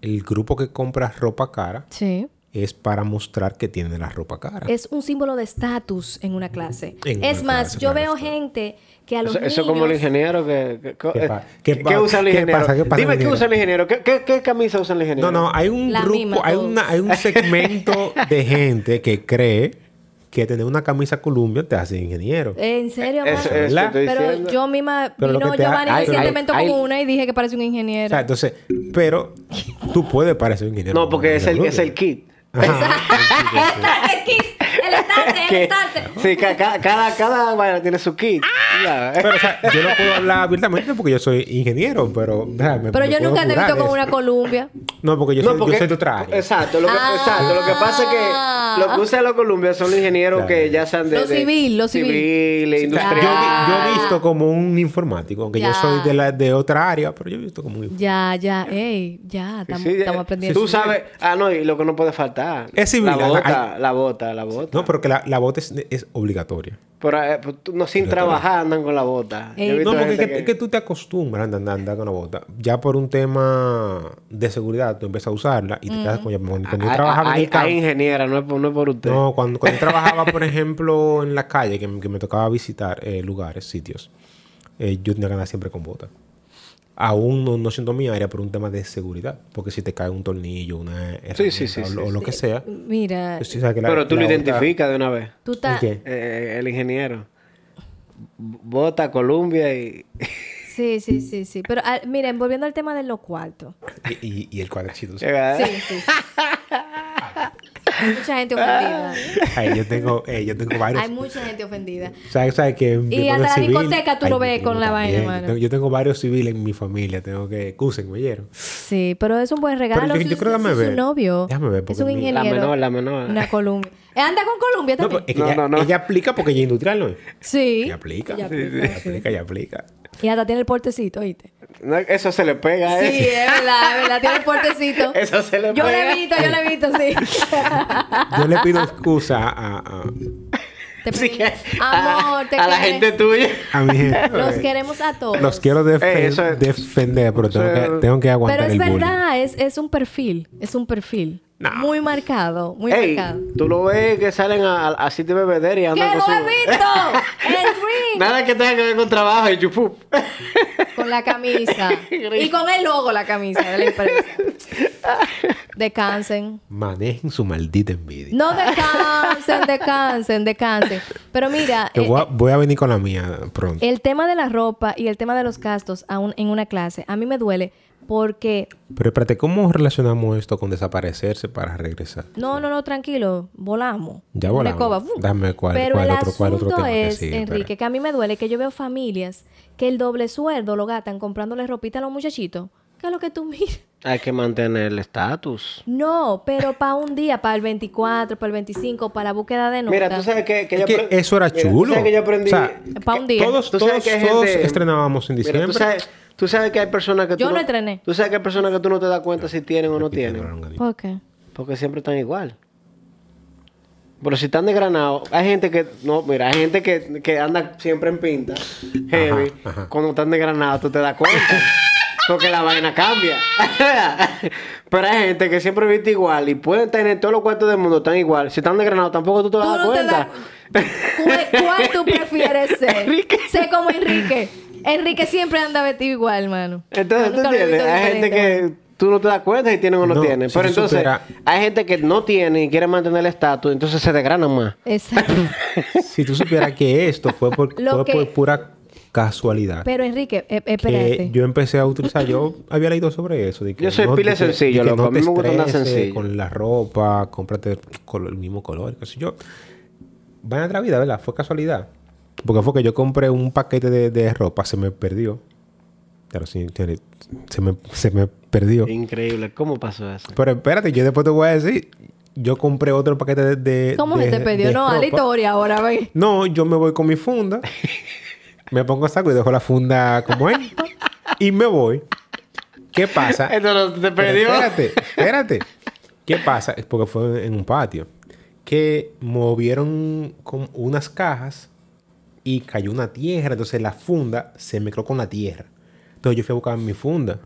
S5: el grupo que compra ropa cara
S3: Sí.
S5: es para mostrar que tiene la ropa cara.
S3: Es un símbolo de estatus en una clase.
S5: En
S3: es
S5: una
S3: más,
S5: clase,
S3: yo
S5: claro
S3: veo
S5: está.
S3: gente que a los
S4: Eso, eso
S3: niños...
S4: como el ingeniero que... que- que-
S5: ¿Qué pa-
S4: eh,
S5: qué
S4: ¿qué-
S5: pa-
S4: qué usa el
S5: qué
S4: ingeniero?
S5: pasa? ¿Qué pasa,
S4: Dime, ¿qué
S5: ingeniero?
S4: usa el ingeniero? ¿Qué, qué, qué camisa usa el ingeniero?
S5: No, no, hay un
S3: La
S5: grupo,
S3: misma,
S5: hay,
S3: todos.
S5: una- hay un segmento de gente que cree que tener una camisa Columbia te hace ingeniero.
S3: En serio,
S4: Eso-
S3: mano?
S4: eso
S5: ¿Verdad?
S4: estoy
S3: Pero
S4: diciendo.
S3: yo misma
S5: Pero lo
S3: vino
S5: que te ha-
S3: Giovanni
S5: hay-
S3: recientemente
S4: hay-
S3: con
S4: hay-
S3: una y dije que parece un ingeniero.
S5: O sea, entonces, pero tú puedes parecer un ingeniero.
S4: No, porque es el, es el kit.
S3: el kit, el estante, el
S4: Que-
S3: estante.
S4: sí, ca- ca- cada, cada vaina tiene su kit. Ya.
S5: Pero, o sea, yo no puedo hablar abiertamente porque yo soy ingeniero, pero. o sea, me-
S3: Pero
S5: me
S3: yo
S5: puedo
S3: nunca te he
S5: jurar
S3: visto con
S5: eso.
S3: una Columbia.
S5: No, porque yo,
S4: No,
S5: soy, yo
S4: porque-
S5: soy de otra área.
S4: Exacto, lo que,
S3: Ah.
S4: exacto, lo que pasa es que Lo que usan los colombianos son los ingenieros
S5: Claro.
S4: que ya sean de...
S3: Lo
S4: de
S3: civil, lo civil.
S4: Civil, industrial.
S5: Yo, vi- yo he visto como un informático, aunque yo
S3: Ya.
S5: soy de, la, de otra área, pero yo he visto como un informático.
S3: Ya, ya, ey, ya,
S4: Sí,
S3: estamos
S4: sí,
S3: estamos
S4: eh,
S3: aprendiendo.
S4: Tú sabes... Ah, no, y lo que no puede faltar.
S5: Es civil,
S4: La
S5: la-
S4: bota, la bota, la bota.
S5: No, pero que la, la bota es, es obligatoria.
S4: Pero, eh, pues, tú- no, sin trabajar andan con la bota. Yo he
S3: Ey.
S4: visto
S5: No, porque es
S4: gente
S5: que, es que tú te acostumbras a andar, andar con la bota. Ya por un tema de seguridad, tú empiezas a usarla y te quedas con ella. Cuando cuando yo
S4: Hay-
S5: trabajaba en
S4: hay,
S5: el campo-
S4: hay ingeniera, no es por, no es por
S3: Este,
S4: usted.
S5: No, cuando, cuando yo trabajaba, por ejemplo, en la calle, que, me- que me tocaba visitar eh, lugares, sitios, eh, yo tenía que andar siempre con bota. Aún no, no siento mi área por un tema de seguridad. Porque si te cae un tornillo, una
S4: Sí, sí,
S5: herramienta
S4: sí,
S5: o,
S4: sí,
S5: lo- o lo que sea.
S3: Mira,
S5: sí, o sea, que la-
S4: Pero tú
S5: la
S4: lo
S5: bota-
S4: identificas de una vez.
S3: tú estás.
S5: ¿El Pues, qué?
S4: Eh, el ingeniero. Bota, Colombia y...
S3: Sí, sí, sí, sí. Pero ah, miren, volviendo al tema de los cuartos.
S5: Y, y- y el cuadrecito. o sea,
S3: Sí,
S4: Llega- ¿eh?
S3: sí. sí. mucha gente ofendida.
S5: ay, yo, tengo, eh, yo tengo varios.
S3: Hay mucha gente ofendida.
S5: ¿Sabes sabes que en mi
S3: Y
S5: pueblo
S3: hasta la
S5: civil-
S3: discoteca tú lo ves
S5: yo
S3: con la vaina,
S5: también.
S3: mano.
S5: Yo tengo, yo tengo varios civiles en mi familia. Tengo que... Cusen, me oyeron.
S3: Sí, pero es un buen regalo.
S5: Pero yo-
S3: si
S5: yo
S3: es-
S5: creo que
S3: si
S5: déjame
S3: es su
S5: ver.
S3: novio.
S5: Déjame ver,
S3: Es
S5: porque
S3: un
S5: mi- la
S3: ingeniero.
S4: menor, la menor.
S3: Una Colombia. Eh, Anda con Colombia
S5: No,
S3: también.
S5: pero es que
S4: No,
S5: ella,
S4: no, no.
S5: ella aplica porque ella es industrial, ¿no?
S3: sí.
S5: Ella aplica.
S3: Ella
S5: Ella
S3: aplica, sí.
S5: aplica, ella aplica.
S3: Y hasta tiene el portecito, ¿oíste?
S4: No, Eso se le pega,
S3: Sí,
S4: ¿eh?
S3: es verdad, es verdad. Tiene el portecito.
S4: Eso se le
S3: Yo lo
S4: pega.
S3: he visto, yo lo he visto, sí.
S5: Yo le pido excusa a, a,
S3: Te
S4: Así que,
S3: pedimos- Amor,
S4: a,
S3: te
S4: a la
S3: queremos.
S4: gente tuya.
S5: a mi gente.
S3: Los queremos a todos.
S5: Los quiero defe-
S4: Ey, Eh, eso es-
S5: defender, pero tengo,
S4: eso
S5: que,
S4: es-
S5: tengo que aguantar
S3: Pero es
S5: el bullying.
S3: verdad, es, es un perfil. Es un perfil.
S5: No.
S3: Muy marcado, muy
S4: Ey,
S3: marcado.
S4: tú lo ves que salen a, a, a sitio de bebedera y
S3: ¡Que
S4: andan con
S3: lo
S4: su...
S3: he visto! ¡El ring!
S4: Nada que tenga que ver con trabajo y chupup.
S3: Con la camisa. y con el logo la camisa de la empresa. Descansen.
S5: Manejen su maldita envidia.
S3: No descansen, descansen, descansen. Pero mira,
S5: Yo
S3: eh,
S5: voy, a, voy a venir con la mía pronto.
S3: el tema de la ropa y el tema de los gastos aún en una clase, a mí me duele porque
S5: Pero espérate, ¿cómo relacionamos esto con desaparecerse para regresar?
S3: No, no, no, tranquilo, volamos.
S5: Ya
S3: Una
S5: volamos.
S3: escoba, ¡fum!
S5: Dame cuál-
S3: Pero
S5: cuál
S3: el
S5: otro- cuál otro
S3: asunto
S5: tema que
S3: es,
S5: sigue, espera.
S3: Enrique, que a mí me duele que yo veo familias que el doble sueldo lo gastan comprándole ropita a los muchachitos. ¿Qué es lo que tú miras?
S4: Hay que mantener el estatus.
S3: No, pero para un día, para el 24, para el 25, para la búsqueda de notas.
S4: Mira, tú sabes que, que
S5: Es
S4: yo
S5: que
S4: aprendí-
S5: eso era
S4: Mira, tú
S5: chulo.
S4: sabes que yo aprendí...
S5: O sea,
S3: Para un día.
S5: Todos,
S4: Tú
S5: todos,
S4: sabes que hay
S5: todos
S4: gente-
S5: estrenábamos en
S4: Mira,
S5: diciembre.
S4: tú, sabes, tú sabes que hay personas que tú
S3: Yo no entrené.
S4: Tú sabes que hay personas que tú no te das cuenta si tienen o no
S5: Repite,
S4: tienen.
S5: Ronald.
S3: ¿Por qué?
S4: Porque siempre están igual. Pero si están desgranados, hay gente que, no, mira, hay gente que, que anda siempre en pinta, heavy.
S5: ajá.
S4: Cuando están desgranados, tú te das cuenta. Porque la vaina cambia. Pero hay gente que siempre viste igual y pueden tener todos los cuartos del mundo tan igual. Si están desgranados, tampoco tú te
S3: Tú
S4: das
S3: no te
S4: cuenta.
S3: ¿Cuál, cuál tú prefieres ser?
S4: Enrique.
S3: Sé como Enrique. Enrique siempre anda vestido igual, hermano.
S4: Entonces, ¿tú entiendes? Hay gente que tú no te das cuenta si tienen o no,
S5: No,
S4: tienen.
S5: si
S4: Pero
S5: tú
S4: entonces,
S5: supieras-
S4: hay gente que no tiene y quiere mantener el estatus, entonces se desgranan más.
S3: Exacto.
S5: Si tú supieras que esto fue por,
S3: Lo
S5: fue
S3: que-
S5: por pura casualidad.
S3: Pero Enrique, eh, espérate.
S5: que yo empecé a utilizar, yo había leído sobre eso. de que
S4: Yo soy pila
S5: de que-
S4: sencillo,
S5: de que
S4: loco. A mí
S5: te
S4: me gusta andar
S5: estreses
S4: sencillo.
S5: Con la ropa, cómprate col- el mismo color, qué sé yo. Van a la vida, ¿verdad? Fue casualidad. Porque fue que yo compré un paquete de, de ropa, se me perdió. Claro, sí, tiene- se me, se me perdió.
S4: Increíble, ¿cómo pasó eso?
S5: Pero espérate, yo después te voy a decir, yo compré otro paquete de... de
S3: ¿Cómo se
S5: de-
S3: te perdió?
S5: de
S3: No, a la
S5: ropa.
S3: historia ahora, ve.
S5: No, yo me voy con mi funda. me pongo saco y dejo la funda como es. Y me voy. ¿Qué pasa?
S4: Esto no te
S5: Pero
S4: perdió.
S5: Espérate, espérate. ¿Qué pasa? Es porque fue en un patio. Que movieron con unas cajas y cayó una tierra. Entonces la funda se mezcló con la tierra. Entonces yo fui a buscar mi funda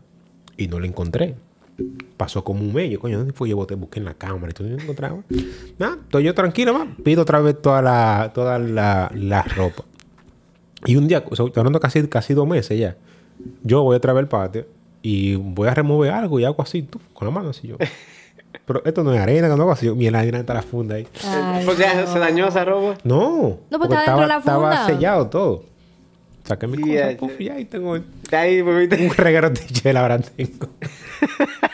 S5: y no la encontré. Pasó como un mes. Yo, coño, ¿dónde fue? Yo boté, busqué en la cámara y todo no la encontraba. Nada, estoy yo tranquilo, más. Pido otra vez toda la, toda la, la ropa. Y un día, o sea, estoy hablando casi, casi dos meses ya, yo voy otra vez al patio y voy a remover algo y hago así, tú, con la mano así yo. Pero esto no es arena, no hago así. Yo, mira, la arena está la funda ahí.
S3: Ay,
S4: o sea, se
S3: no.
S4: dañó esa ropa.
S5: No,
S3: No, pues
S5: porque
S3: estaba dentro de la funda.
S5: estaba sellado todo. Saqué mi
S4: Ya,
S5: cosa,
S4: ya.
S5: puf, y ahí tengo un
S4: De ahí volviste.
S5: regalo de chela ahora tengo.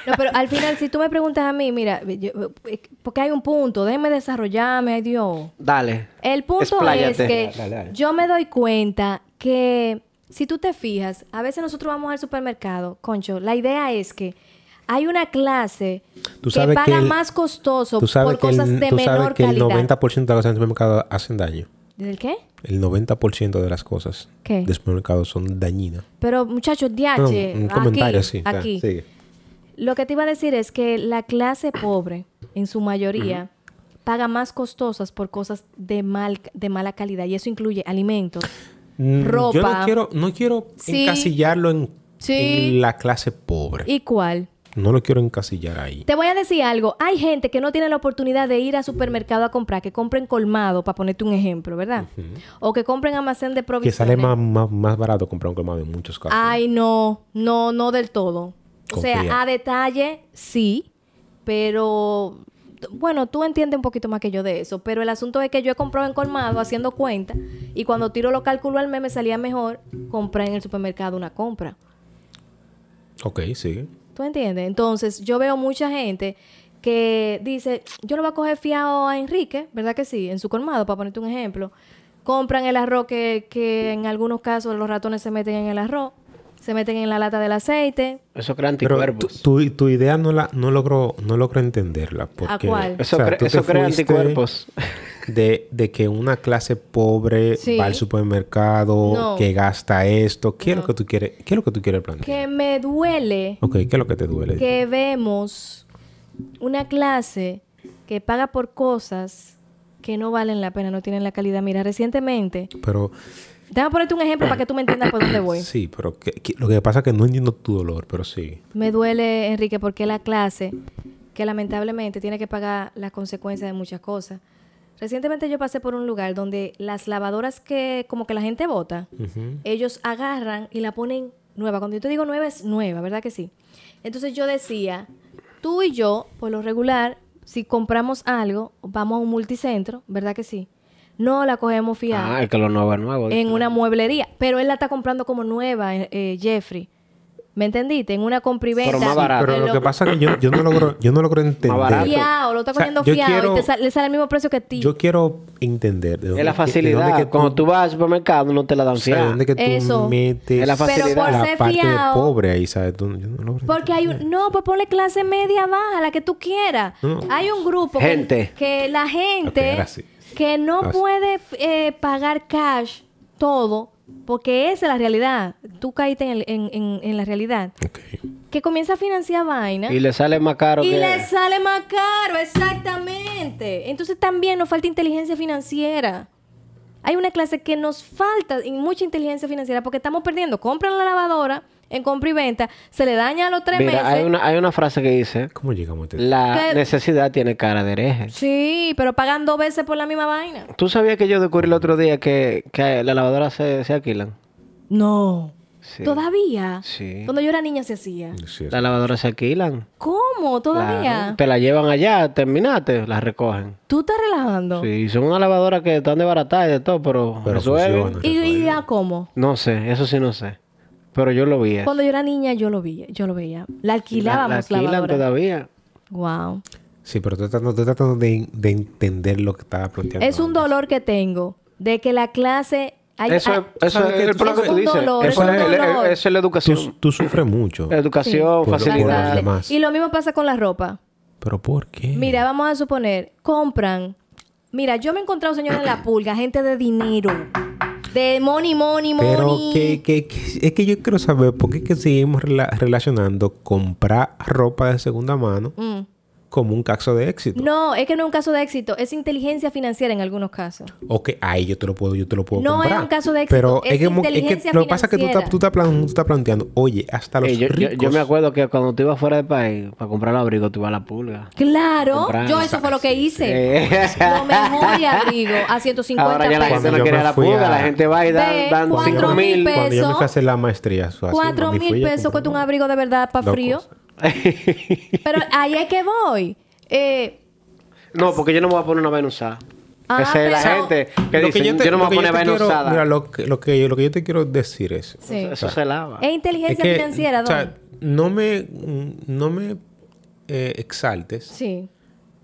S3: No, pero al final, si tú me preguntas a mí, mira, yo- eh, porque hay un punto, déjeme desarrollarme, ay Dios.
S4: Dale.
S3: El punto
S4: Expláyate.
S3: es que
S5: Dale, dale.
S3: yo me doy cuenta que si tú te fijas, a veces nosotros vamos al supermercado, concho, la idea es que hay una clase
S5: Tú sabes
S3: que paga
S5: que el-
S3: más costoso
S5: Tú sabes
S3: por
S5: que el,
S3: cosas de
S5: tú sabes
S3: menor
S5: que el
S3: calidad.
S5: 90% de las cosas en el supermercado hacen daño.
S3: ¿Del qué?
S5: El 90% de las cosas
S3: ¿Qué?
S5: de supermercado son dañinas.
S3: Pero muchachos, DH,
S5: No, un
S3: aquí,
S5: comentario así. Ah,
S3: aquí.
S5: sigue.
S3: Lo que te iba a decir es que la clase pobre, en su mayoría, paga más costosas por cosas de, mal, de mala calidad. Y eso incluye alimentos.
S5: Mm, Yo
S3: Ropa.
S5: no quiero, no quiero
S3: Sí.
S5: encasillarlo en,
S3: Sí.
S5: en la clase pobre.
S3: ¿Y cuál?
S5: No lo quiero encasillar ahí.
S3: Te voy a decir algo. Hay gente que no tiene la oportunidad de ir a supermercado a comprar, que compren colmado, para ponerte un ejemplo, ¿verdad? O que compren almacén de
S5: Que
S3: provisiones.
S5: sale más, más, más barato comprar un colmado en muchos casos.
S3: Ay, no, no, no del todo. O
S5: Confía.
S3: sea, a detalle, sí, pero t- bueno, tú entiendes un poquito más que yo de eso, pero el asunto es que yo he comprado en colmado haciendo cuenta y cuando tiro lo cálculo al mes me salía mejor comprar en el supermercado una compra.
S5: Ok, sigue.
S3: ¿Tú entiendes? Entonces, yo veo mucha gente que dice, yo lo voy a coger fiado a Enrique, ¿verdad que sí? En su colmado, para ponerte un ejemplo. Compran el arroz que, que en algunos casos los ratones se meten en el arroz, se meten en la lata del aceite.
S4: Eso crea
S5: Pero
S4: anticuerpos.
S5: tu, tu- tu idea no la no logro, no logro entenderla. Porque,
S3: cuál?
S4: Eso cre-
S5: tú te
S4: eso crea
S5: fuiste
S4: anticuerpos.
S5: De, de que una clase pobre
S3: Sí.
S5: va al supermercado,
S3: No.
S5: que gasta esto. ¿Qué es lo que tú quieres? ¿Qué es lo que tú quieres plantear?
S3: Que me duele
S5: Ok, ¿qué es lo que te duele?
S3: que vemos una clase que paga por cosas que no valen la pena, no tienen la calidad. Mira, recientemente,
S5: Pero
S3: déjame ponerte un ejemplo para que tú me entiendas por dónde voy.
S5: sí, pero que- que- lo que pasa es que no entiendo tu dolor, pero sí.
S3: Me duele, Enrique, porque la clase que lamentablemente tiene que pagar las consecuencias de muchas cosas. Recientemente yo pasé por un lugar donde las lavadoras que como que la gente bota, ellos agarran y la ponen nueva. Cuando yo te digo nueva es nueva, ¿verdad que sí? Entonces yo decía, tú y yo, por lo regular, si compramos algo, vamos a un multicentro, ¿verdad que sí? No la cogemos fiada
S4: Ah, el que lo nuevo es nuevo.
S3: en una mueblería. Pero él la está comprando como nueva, eh, eh, Jeffrey. ¿Me entendiste? En una compriventa.
S4: Pero más barato.
S5: Pero lo que
S3: Pero-
S5: pasa es que yo, yo no logro, yo no logro
S4: Ah, barato.
S5: entender.
S3: Fiao, lo está
S5: O sea,
S3: cogiendo
S5: yo
S3: fiado
S5: quiero-
S3: y te sale- le sale el mismo precio que a ti.
S5: Yo quiero entender. de dónde
S4: Es la
S5: que- de dónde
S4: facilidad.
S5: que tú-
S4: Cuando tú vas al supermercado no te la dan
S5: O sea,
S4: fiada.
S5: ¿dónde que tú
S3: Eso.
S5: metes
S4: Es la
S3: Pero por
S4: facilidad.
S5: la
S3: ser
S5: parte
S3: fiao,
S5: de pobre ahí, ¿sabes? Tú- yo no logro
S3: porque hay un... No, pues ponle clase media baja, la que tú quieras.
S5: No, no.
S3: Hay un grupo que-
S4: Gente.
S3: Que, la gente
S5: Ok, ahora sí.
S3: que no
S5: Ahora sí.
S3: puede f- eh, pagar cash todo, porque esa es la realidad. Tú caíste en, el- en- en- en la realidad.
S5: entender.
S3: Que comienza a financiar vaina.
S4: Y le sale más caro
S3: Y
S4: que...
S3: le sale más caro, exactamente. Entonces también nos falta inteligencia financiera. Hay una clase que nos falta y mucha inteligencia financiera porque estamos perdiendo. Compran la lavadora en compra y venta, se le daña a los tres meses.
S4: Mira, hay una, hay una frase que dice...
S5: Ok. ¿Cómo llegamos a este
S4: La
S3: ¿Qué?
S4: necesidad tiene cara de hereje.
S3: Sí, pero pagan dos veces por la misma vaina.
S4: ¿Tú sabías que yo descubrí el otro día que, que las lavadoras se, se alquilan?
S3: No.
S4: Sí.
S3: ¿Todavía?
S4: Sí.
S3: Cuando yo era niña se hacía.
S5: Sí,
S4: Las lavadoras se alquilan.
S3: ¿Cómo? ¿Todavía?
S4: Claro. Te la llevan allá, terminaste, las recogen.
S3: ¿Tú estás relajando?
S4: Sí, son una lavadora que están de barata y de todo, pero,
S5: Pero
S4: resuelven.
S5: funciona.
S3: ¿Y, y ya cómo?
S4: No sé, eso sí no sé. Pero yo lo vi.
S3: Cuando yo era niña yo lo vi, yo lo veía. La
S4: La, la
S3: alquilábamos la,
S4: alquilan
S3: lavadora.
S4: todavía.
S3: Wow.
S5: Sí, pero estoy tratando, estoy tratando de, de entender lo que estaba planteando.
S3: Es un dolor que tengo de que la clase. hay-
S4: eso
S3: hay-
S4: es, eso
S5: ¿sabes
S4: es
S5: qué?
S4: el problema
S3: Es
S4: que tú
S3: un
S4: dices.
S3: dolor,
S4: eso,
S3: es un
S4: es, el-
S3: dolor.
S4: el- eso es la
S5: Tú,
S4: educación.
S5: tú sufres mucho.
S4: Educación,
S5: Sí. Por- por
S4: facilidad.
S5: los
S3: bastante.
S5: demás.
S3: Y lo mismo pasa con la ropa.
S5: ¿Pero por qué?
S3: Mira, vamos a suponer, compran. Mira, yo me he encontrado señores en la pulga, gente de dinero, de money, money,
S5: Pero
S3: money.
S5: que, que- que- es que yo quiero saber por qué es que seguimos rela- relacionando comprar ropa de segunda mano
S3: Mm.
S5: como un caso de éxito.
S3: No, es que no es un caso de éxito, es inteligencia financiera en algunos casos.
S5: O que ahí yo te lo puedo, yo te lo puedo
S3: No
S5: comprar.
S3: es un caso de éxito,
S5: Pero
S3: es
S5: es, que, mo- es que
S3: inteligencia
S5: lo que pasa es que tú
S3: financiera.
S5: estás, tú estás plan- tú estás planteando, oye, hasta los
S4: Eh, yo, yo- yo
S5: ricos.
S4: me acuerdo que cuando tú ibas fuera del país, para comprar el abrigo, tú ibas a la pulga.
S3: Claro,
S4: Comprar,
S3: yo eso fue lo que hice. Lo mejor y abrigo a 150
S4: Ahora ya la gente
S3: pesos.
S5: Cuando
S4: no
S5: yo
S4: quiere
S5: me
S4: la
S5: fui
S4: pulga,
S5: a-
S4: la gente va y
S3: Ve,
S4: dan, dan
S3: cuatro
S4: 5 mil.
S3: mil
S5: Cuando yo me
S3: peso.
S5: fui a hacer la maestría. eso así,
S3: Cuatro
S5: mami,
S3: mil
S5: fui, yo
S3: pesos
S5: compré
S3: cuesta un abrigo de verdad para
S5: dos
S3: frío.
S5: cosas.
S3: Pero ahí es que voy. Eh,
S4: No, porque yo no me voy a poner una vaina usada.
S3: Ah,
S4: Esa es la
S3: pero-
S4: gente que
S5: Lo
S4: dice, yo,
S5: te-
S4: no me voy
S5: lo
S4: a
S5: que
S4: poner
S5: yo te
S4: vaina
S5: quiero-
S4: usada.
S5: Mira, lo que, lo, que, lo que yo te quiero decir es...
S3: sí.
S4: Eso se lava.
S3: Es inteligencia
S5: es que,
S3: financiera,
S5: o
S3: Don.
S5: sea, no me, no me eh, exaltes
S3: sí.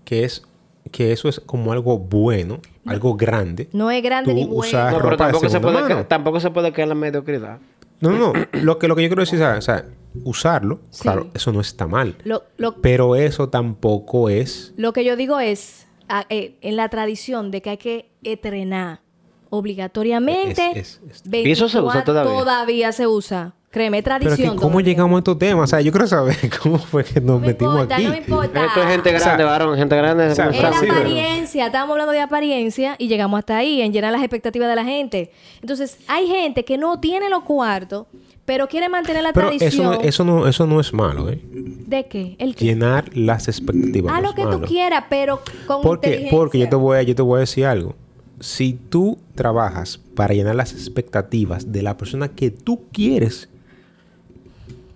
S5: que, es, que eso es como algo bueno, algo grande.
S3: No es grande
S5: Tú
S3: ni bueno.
S5: usas-
S4: No,
S5: ropa de
S4: pero tampoco se,
S5: segunda
S4: puede
S5: mano.
S4: que- tampoco se puede caer en la mediocridad.
S5: No, no, no. Lo que, lo que yo quiero decir, ¿sabes? O sea, usarlo,
S3: Sí.
S5: claro, eso no está mal.
S3: Lo, lo-
S5: Pero eso tampoco es
S3: lo que yo digo es, a- eh, en la tradición de que hay que entrenar obligatoriamente,
S5: Es- es- es-
S4: ¿Y eso se usa
S3: 24
S4: todavía?
S3: todavía se usa. Créeme, es
S5: Pero
S3: tradición.
S5: que cómo
S3: todavía.
S5: llegamos a estos temas. O sea, yo quiero saber cómo fue que nos
S3: No me
S5: metimos
S3: importa,
S5: aquí.
S3: no me importa.
S4: Esto es gente
S5: O sea,
S4: grande, varón, gente grande.
S5: o sea,
S4: como
S3: Es la
S4: Francis.
S5: Francis, ¿verdad?
S3: apariencia, estábamos hablando de apariencia y llegamos hasta ahí, en llenar las expectativas de la gente. Entonces, hay gente que no tiene los cuartos, pero quiere mantener la
S5: Pero eso
S3: tradición.
S5: no, eso, no, eso no es malo, ¿eh?
S3: ¿De qué? El qué?
S5: Llenar las expectativas.
S3: Haz
S5: no
S3: lo
S5: es
S3: que tú
S5: malo.
S3: quieras, pero con
S5: Porque,
S3: inteligencia.
S5: porque yo, te voy a, yo te voy a decir algo. Si tú trabajas para llenar las expectativas de la persona que tú quieres,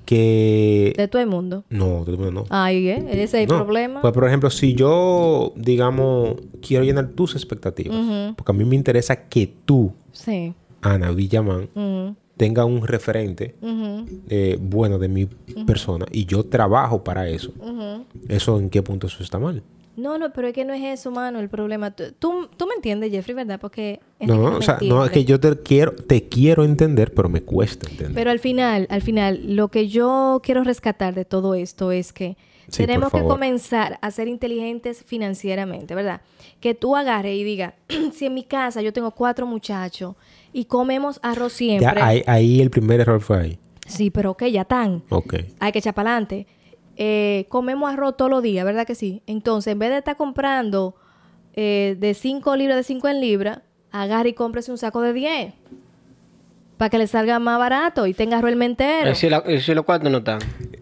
S5: que...
S3: De todo el mundo.
S5: No, de- no, no.
S3: Ahí, ¿eh? Ese es el
S5: No.
S3: problema.
S5: Pues, por ejemplo, si yo, digamos, quiero llenar tus expectativas,
S3: Ujú.
S5: porque a mí me interesa que tú,
S3: sí.
S5: Ana Villamán,
S3: Ujú,
S5: tenga un referente
S3: ujú,
S5: eh, bueno de mi persona y yo trabajo para eso.
S3: ujú.
S5: ¿Eso en qué punto eso está mal?
S3: No, no, pero es que no es eso, mano, el problema. Tú, tú, tú me entiendes, Jeffrey, ¿verdad? Porque...
S5: No,
S3: Enrique
S5: no, o sea,
S3: me
S5: no es que
S3: entiende.
S5: yo te quiero, te quiero entender, pero me cuesta entender.
S3: Pero al final, al final, lo que yo quiero rescatar de todo esto es que
S5: Sí, por
S3: tenemos que
S5: favor.
S3: comenzar a ser inteligentes financieramente, ¿verdad? Que tú agarres y digas, si en mi casa yo tengo cuatro muchachos y comemos arroz
S5: Ya,
S3: siempre.
S5: ahí, ahí el primer error fue ahí.
S3: Sí, pero ok, ya están.
S5: Ok.
S3: Hay que echar para adelante. Eh, comemos arroz todos los días, ¿verdad que sí? Entonces, en vez de estar comprando eh, de 5 libras, de 5 en libra, agarre y cómprese un saco de 10 para que le salga más barato y tenga arroz el mentero.
S4: Y Eh, si la- y si los cuartos no están.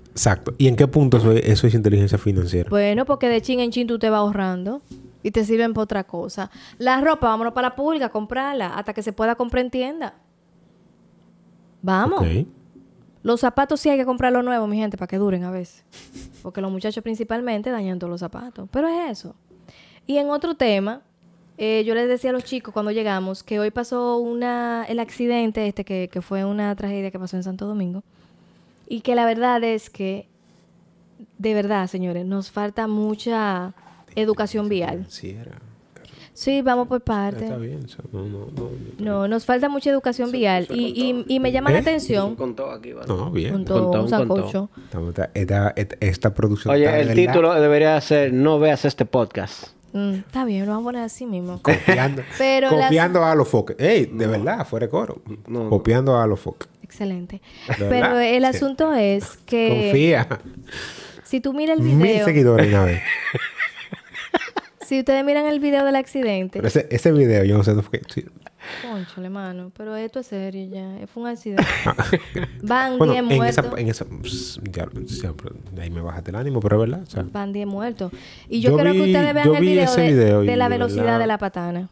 S5: Exacto. ¿Y en qué punto eso es, eso es inteligencia financiera?
S3: Bueno, porque de chin en chin tú te vas ahorrando y te sirven para otra cosa. La ropa, vámonos para la pulga, comprarla hasta que se pueda comprar en tienda. Vamos.
S5: Ok.
S3: Los zapatos sí hay que comprarlos nuevos, mi gente, para que duren a veces. Porque los muchachos principalmente dañan todos los zapatos. Pero es eso. Y en otro tema, eh, yo les decía a los chicos cuando llegamos que hoy pasó una, el accidente este, que, que fue una tragedia que pasó en Santo Domingo. Y que la verdad es que, de verdad, señores, nos falta mucha educación vial.
S5: Financiera.
S3: Sí, vamos por
S5: Está
S3: parte.
S5: bien. o sea, no, no, no.
S3: No, nos falta mucha educación vial. Y, y- y me llama la
S5: ¿Eh?
S3: atención.
S4: Con todo aquí, varón.
S5: No, bien.
S3: Con todo,
S4: todo,
S3: un
S4: con todo.
S3: sancocho.
S5: Estamos- Esta, esta- esta- esta producción.
S4: Oye,
S5: está de
S4: el
S5: verdad
S4: título debería ser No veas este podcast.
S3: Mm, está bien, lo vamos a poner así mismo.
S5: Copiando,
S3: Pero las-
S5: copiando a los foques. Ey, de verdad, fuera de coro.
S4: no.
S5: copiando a los foques.
S3: Excelente.
S5: ¿Verdad?
S3: Pero el
S5: Sí.
S3: asunto es que
S5: Confía.
S3: si tú miras el
S5: Mil
S3: Eh, video,
S5: seguidores una vez.
S3: si ustedes miran el video del accidente,
S5: Pero ese, ese video, yo no sé. no fue- sí.
S3: conchole, mano, pero esto es serio ya, fue un accidente.
S5: Ah.
S3: Van 10
S5: bueno, en
S3: muertos.
S5: esa, en esa. pues, pss, diablo, siempre- ahí me bajaste el ánimo, pero es verdad. o sea,
S3: Van 10 muertos. Y yo,
S5: Yo
S3: quiero que
S5: vi-
S3: ustedes vean
S5: yo
S3: el
S5: vi
S3: video
S5: ese
S3: de,
S5: video y
S3: de la
S5: de
S3: velocidad
S5: verdad-
S3: de la patana.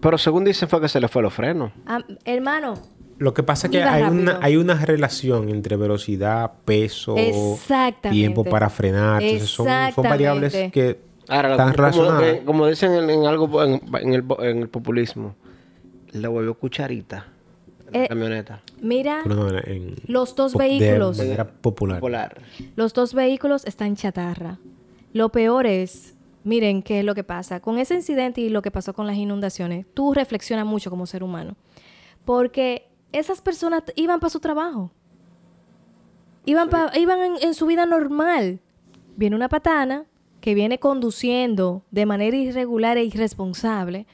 S4: Pero según dicen fue que se le fue los frenos.
S3: Ah, hermano,
S5: lo que pasa es que
S3: Iba
S5: hay
S3: rápido.
S5: una, hay una relación entre velocidad, peso,
S3: Exactamente.
S5: tiempo para frenar. Entonces son, son variables que
S4: Ahora, lo-
S5: están
S4: como- como,
S5: relacionadas.
S4: eh, como dicen en, en algo en, en el, bo- en el populismo, le volvió cucharita a la
S3: Eh,
S4: camioneta.
S3: mira,
S5: Pero no, en- en-
S3: Los dos
S5: po-
S3: vehículos.
S5: De manera popular.
S4: Polar.
S3: Los dos vehículos están chatarra. Lo peor es, miren qué es lo que pasa. Con ese incidente y lo que pasó con las inundaciones, tú reflexionas mucho como ser humano. Porque esas personas t- iban para su trabajo. Iban, pa- iban en, en su vida normal. Viene una patana que viene conduciendo de manera irregular e irresponsable.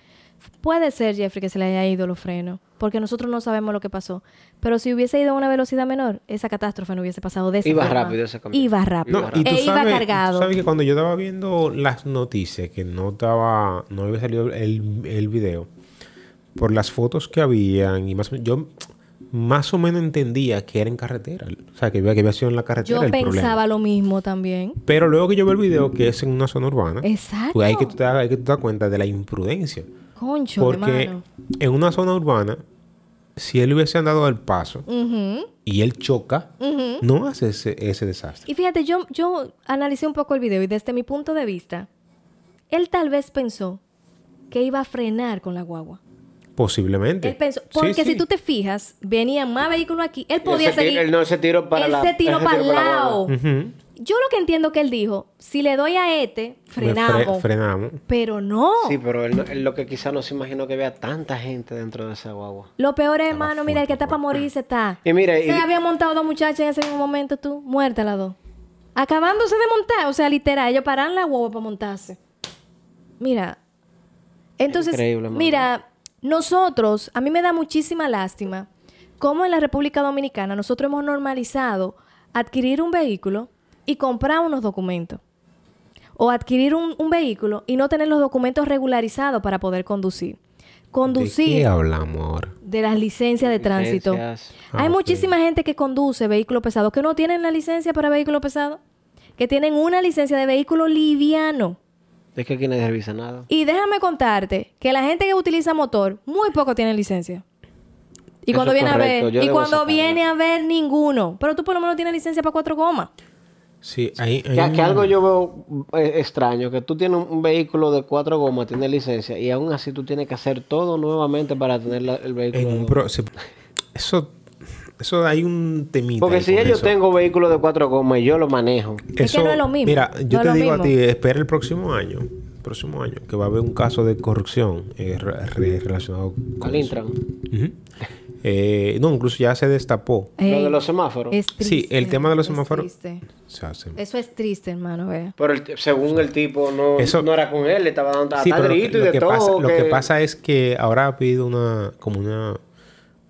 S3: Puede ser, Jeffrey, que se le haya ido los frenos, porque nosotros no sabemos lo que pasó. Pero si hubiese ido a una velocidad menor, esa catástrofe no hubiese pasado de esa
S4: Iba
S3: forma.
S4: rápido ese camión.
S3: Iba rápido.
S5: No, y tú
S3: e iba
S5: sabes,
S3: cargado.
S5: tú sabes que cuando yo estaba viendo las noticias, que no estaba, no había salido el, el video, por las fotos que habían y más, o- yo más o menos entendía que era en carretera, o sea, que había, que había sido en la carretera
S3: Yo
S5: el
S3: pensaba
S5: problema.
S3: lo mismo también.
S5: Pero luego que yo veo el video, que es en una zona urbana,
S3: Exacto.
S5: pues ahí que tú te das, ahí que tú te das cuenta de la imprudencia.
S3: Concho,
S5: Porque
S3: hermano.
S5: en una zona urbana, si él hubiese andado al paso
S3: Mm. Ujú,
S5: y él choca,
S3: ujú.
S5: no hace ese, ese desastre.
S3: Y fíjate, yo, yo analicé un poco el video y desde mi punto de vista, él tal vez pensó que iba a frenar con la guagua.
S5: Posiblemente.
S3: Él pensó,
S5: Sí,
S3: porque si
S5: sí.
S3: tú te fijas, venían más vehículos aquí, él podía
S4: Ese ti-
S3: seguir.
S4: él no se tiró para
S3: Él
S4: la-
S3: se tiró
S4: ese
S3: para
S4: tiró
S3: el
S4: para la
S3: lado.
S5: Ujú.
S3: Yo lo que entiendo que él dijo, si le doy a este,
S5: Me fre-
S3: frenamos.
S5: frenamos.
S3: pero no.
S4: Sí, pero él, no- él lo que quizás no se imaginó que había tanta gente dentro de esa guagua.
S3: Lo peor es, hermano, mira, el que está
S5: fuerte,
S3: para morirse está.
S4: Y mira,
S3: se
S4: y-
S3: habían montado dos muchachas en ese mismo momento, tú, muerta las dos. Acabándose de montar, o sea, literal, ellos paran la guagua para montarse. Mira, entonces,
S4: Increíble, hermano.
S3: mira, nosotros, a mí me da muchísima lástima cómo en la República Dominicana nosotros hemos normalizado adquirir un vehículo y comprar unos documentos. O adquirir un, un vehículo y no tener los documentos regularizados para poder conducir. Conducir
S5: ¿De qué hablamos ahora?
S3: de las licencias de tránsito.
S4: Licencias.
S5: Ah,
S3: Hay
S5: ok.
S3: muchísima gente que conduce vehículos pesados que no tienen la licencia para vehículo pesado, que tienen una licencia de vehículo liviano.
S4: es que aquí nadie revisa nada.
S3: Y déjame contarte que la gente que utiliza motor, muy poco tiene licencia. Y
S4: Eso
S3: cuando
S4: es
S3: viene
S4: correcto,
S3: a ver,
S4: yo
S3: y
S4: debo
S3: cuando
S4: sacarla.
S3: viene a ver ninguno, pero tú por lo menos tienes licencia para cuatro gomas.
S5: Sí, ahí.
S4: Que, que algo yo veo eh, extraño, que tú tienes un, un vehículo de cuatro gomas, tienes licencia, y aún así tú tienes que hacer todo nuevamente para tener la- el vehículo.
S5: En
S4: de
S5: un
S4: dos.
S5: pro- se- eso, eso hay un temita.
S4: Porque
S5: ahí
S4: si
S5: con
S4: ya yo
S5: eso.
S4: tengo vehículo de cuatro gomas y yo lo manejo,
S3: Es que no es lo mismo,
S5: Mira,
S3: no
S5: yo
S3: es
S5: te
S3: lo
S5: digo a
S3: mismo.
S5: ti, espera el próximo año, próximo año, que va a haber un caso de corrupción eh, re- re- relacionado con
S4: al
S5: eso.
S4: Intran,
S5: Ujú. Eh, no, incluso ya se destapó.
S4: lo
S3: Ey,
S4: de los semáforos.
S3: Eh, es
S5: Sí, el
S3: triste,
S5: tema de los
S3: es
S5: semáforos.
S3: triste.
S5: O sea, se-
S3: Eso es triste, hermano, vea.
S4: Pero el- según el tipo, no,
S5: Eso-
S4: no era con él, le estaba dando
S5: Sí,
S4: hasta
S5: pero lo que-
S4: grito y
S5: lo
S4: de
S5: que
S4: todo.
S5: pasa- lo que pasa es que ahora ha habido una, como una,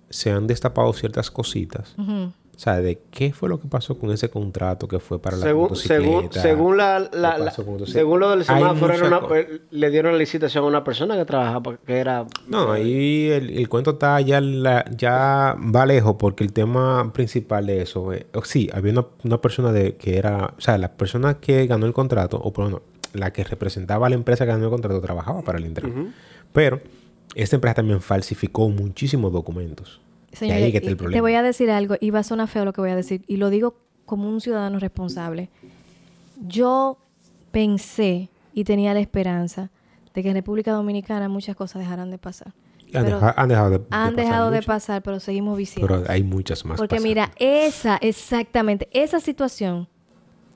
S5: se han destapado ciertas cositas.
S3: Ujú.
S5: O sea, de qué fue lo que pasó con ese contrato que fue para la
S4: según,
S5: motocicleta,
S4: según, según, la, la-
S5: qué
S4: la-
S5: pasó con motocicleta.
S4: según lo del
S5: Hay
S4: semáforo, era
S5: muchas
S4: una-
S5: cosas.
S4: eh, le dieron la licitación a una persona que trabajaba, pa- que era... eh,
S5: No, ahí el, el cuento está ya, la- ya va lejos porque el tema principal de eso, eh, o- sí, había una, una persona de, que era, o sea, la persona que ganó el contrato, o por bueno, la que representaba a la empresa que ganó el contrato trabajaba para el Intran. Pero esta empresa también falsificó muchísimos documentos.
S3: Señores,
S5: y ahí que está
S3: y-
S5: el
S3: eh, Te
S5: problema.
S3: voy a decir algo y va a sonar feo lo que voy a decir y lo digo como un ciudadano responsable. Yo pensé y tenía la esperanza de que en República Dominicana muchas cosas dejarán de pasar.
S5: han,
S3: Pero
S5: deja- han dejado de, de
S3: han
S5: pasar
S3: dejado de
S5: mucho,
S3: pasar, pero seguimos viciados.
S5: Pero hay muchas más.
S3: Porque
S5: pasando.
S3: mira, esa, exactamente, esa situación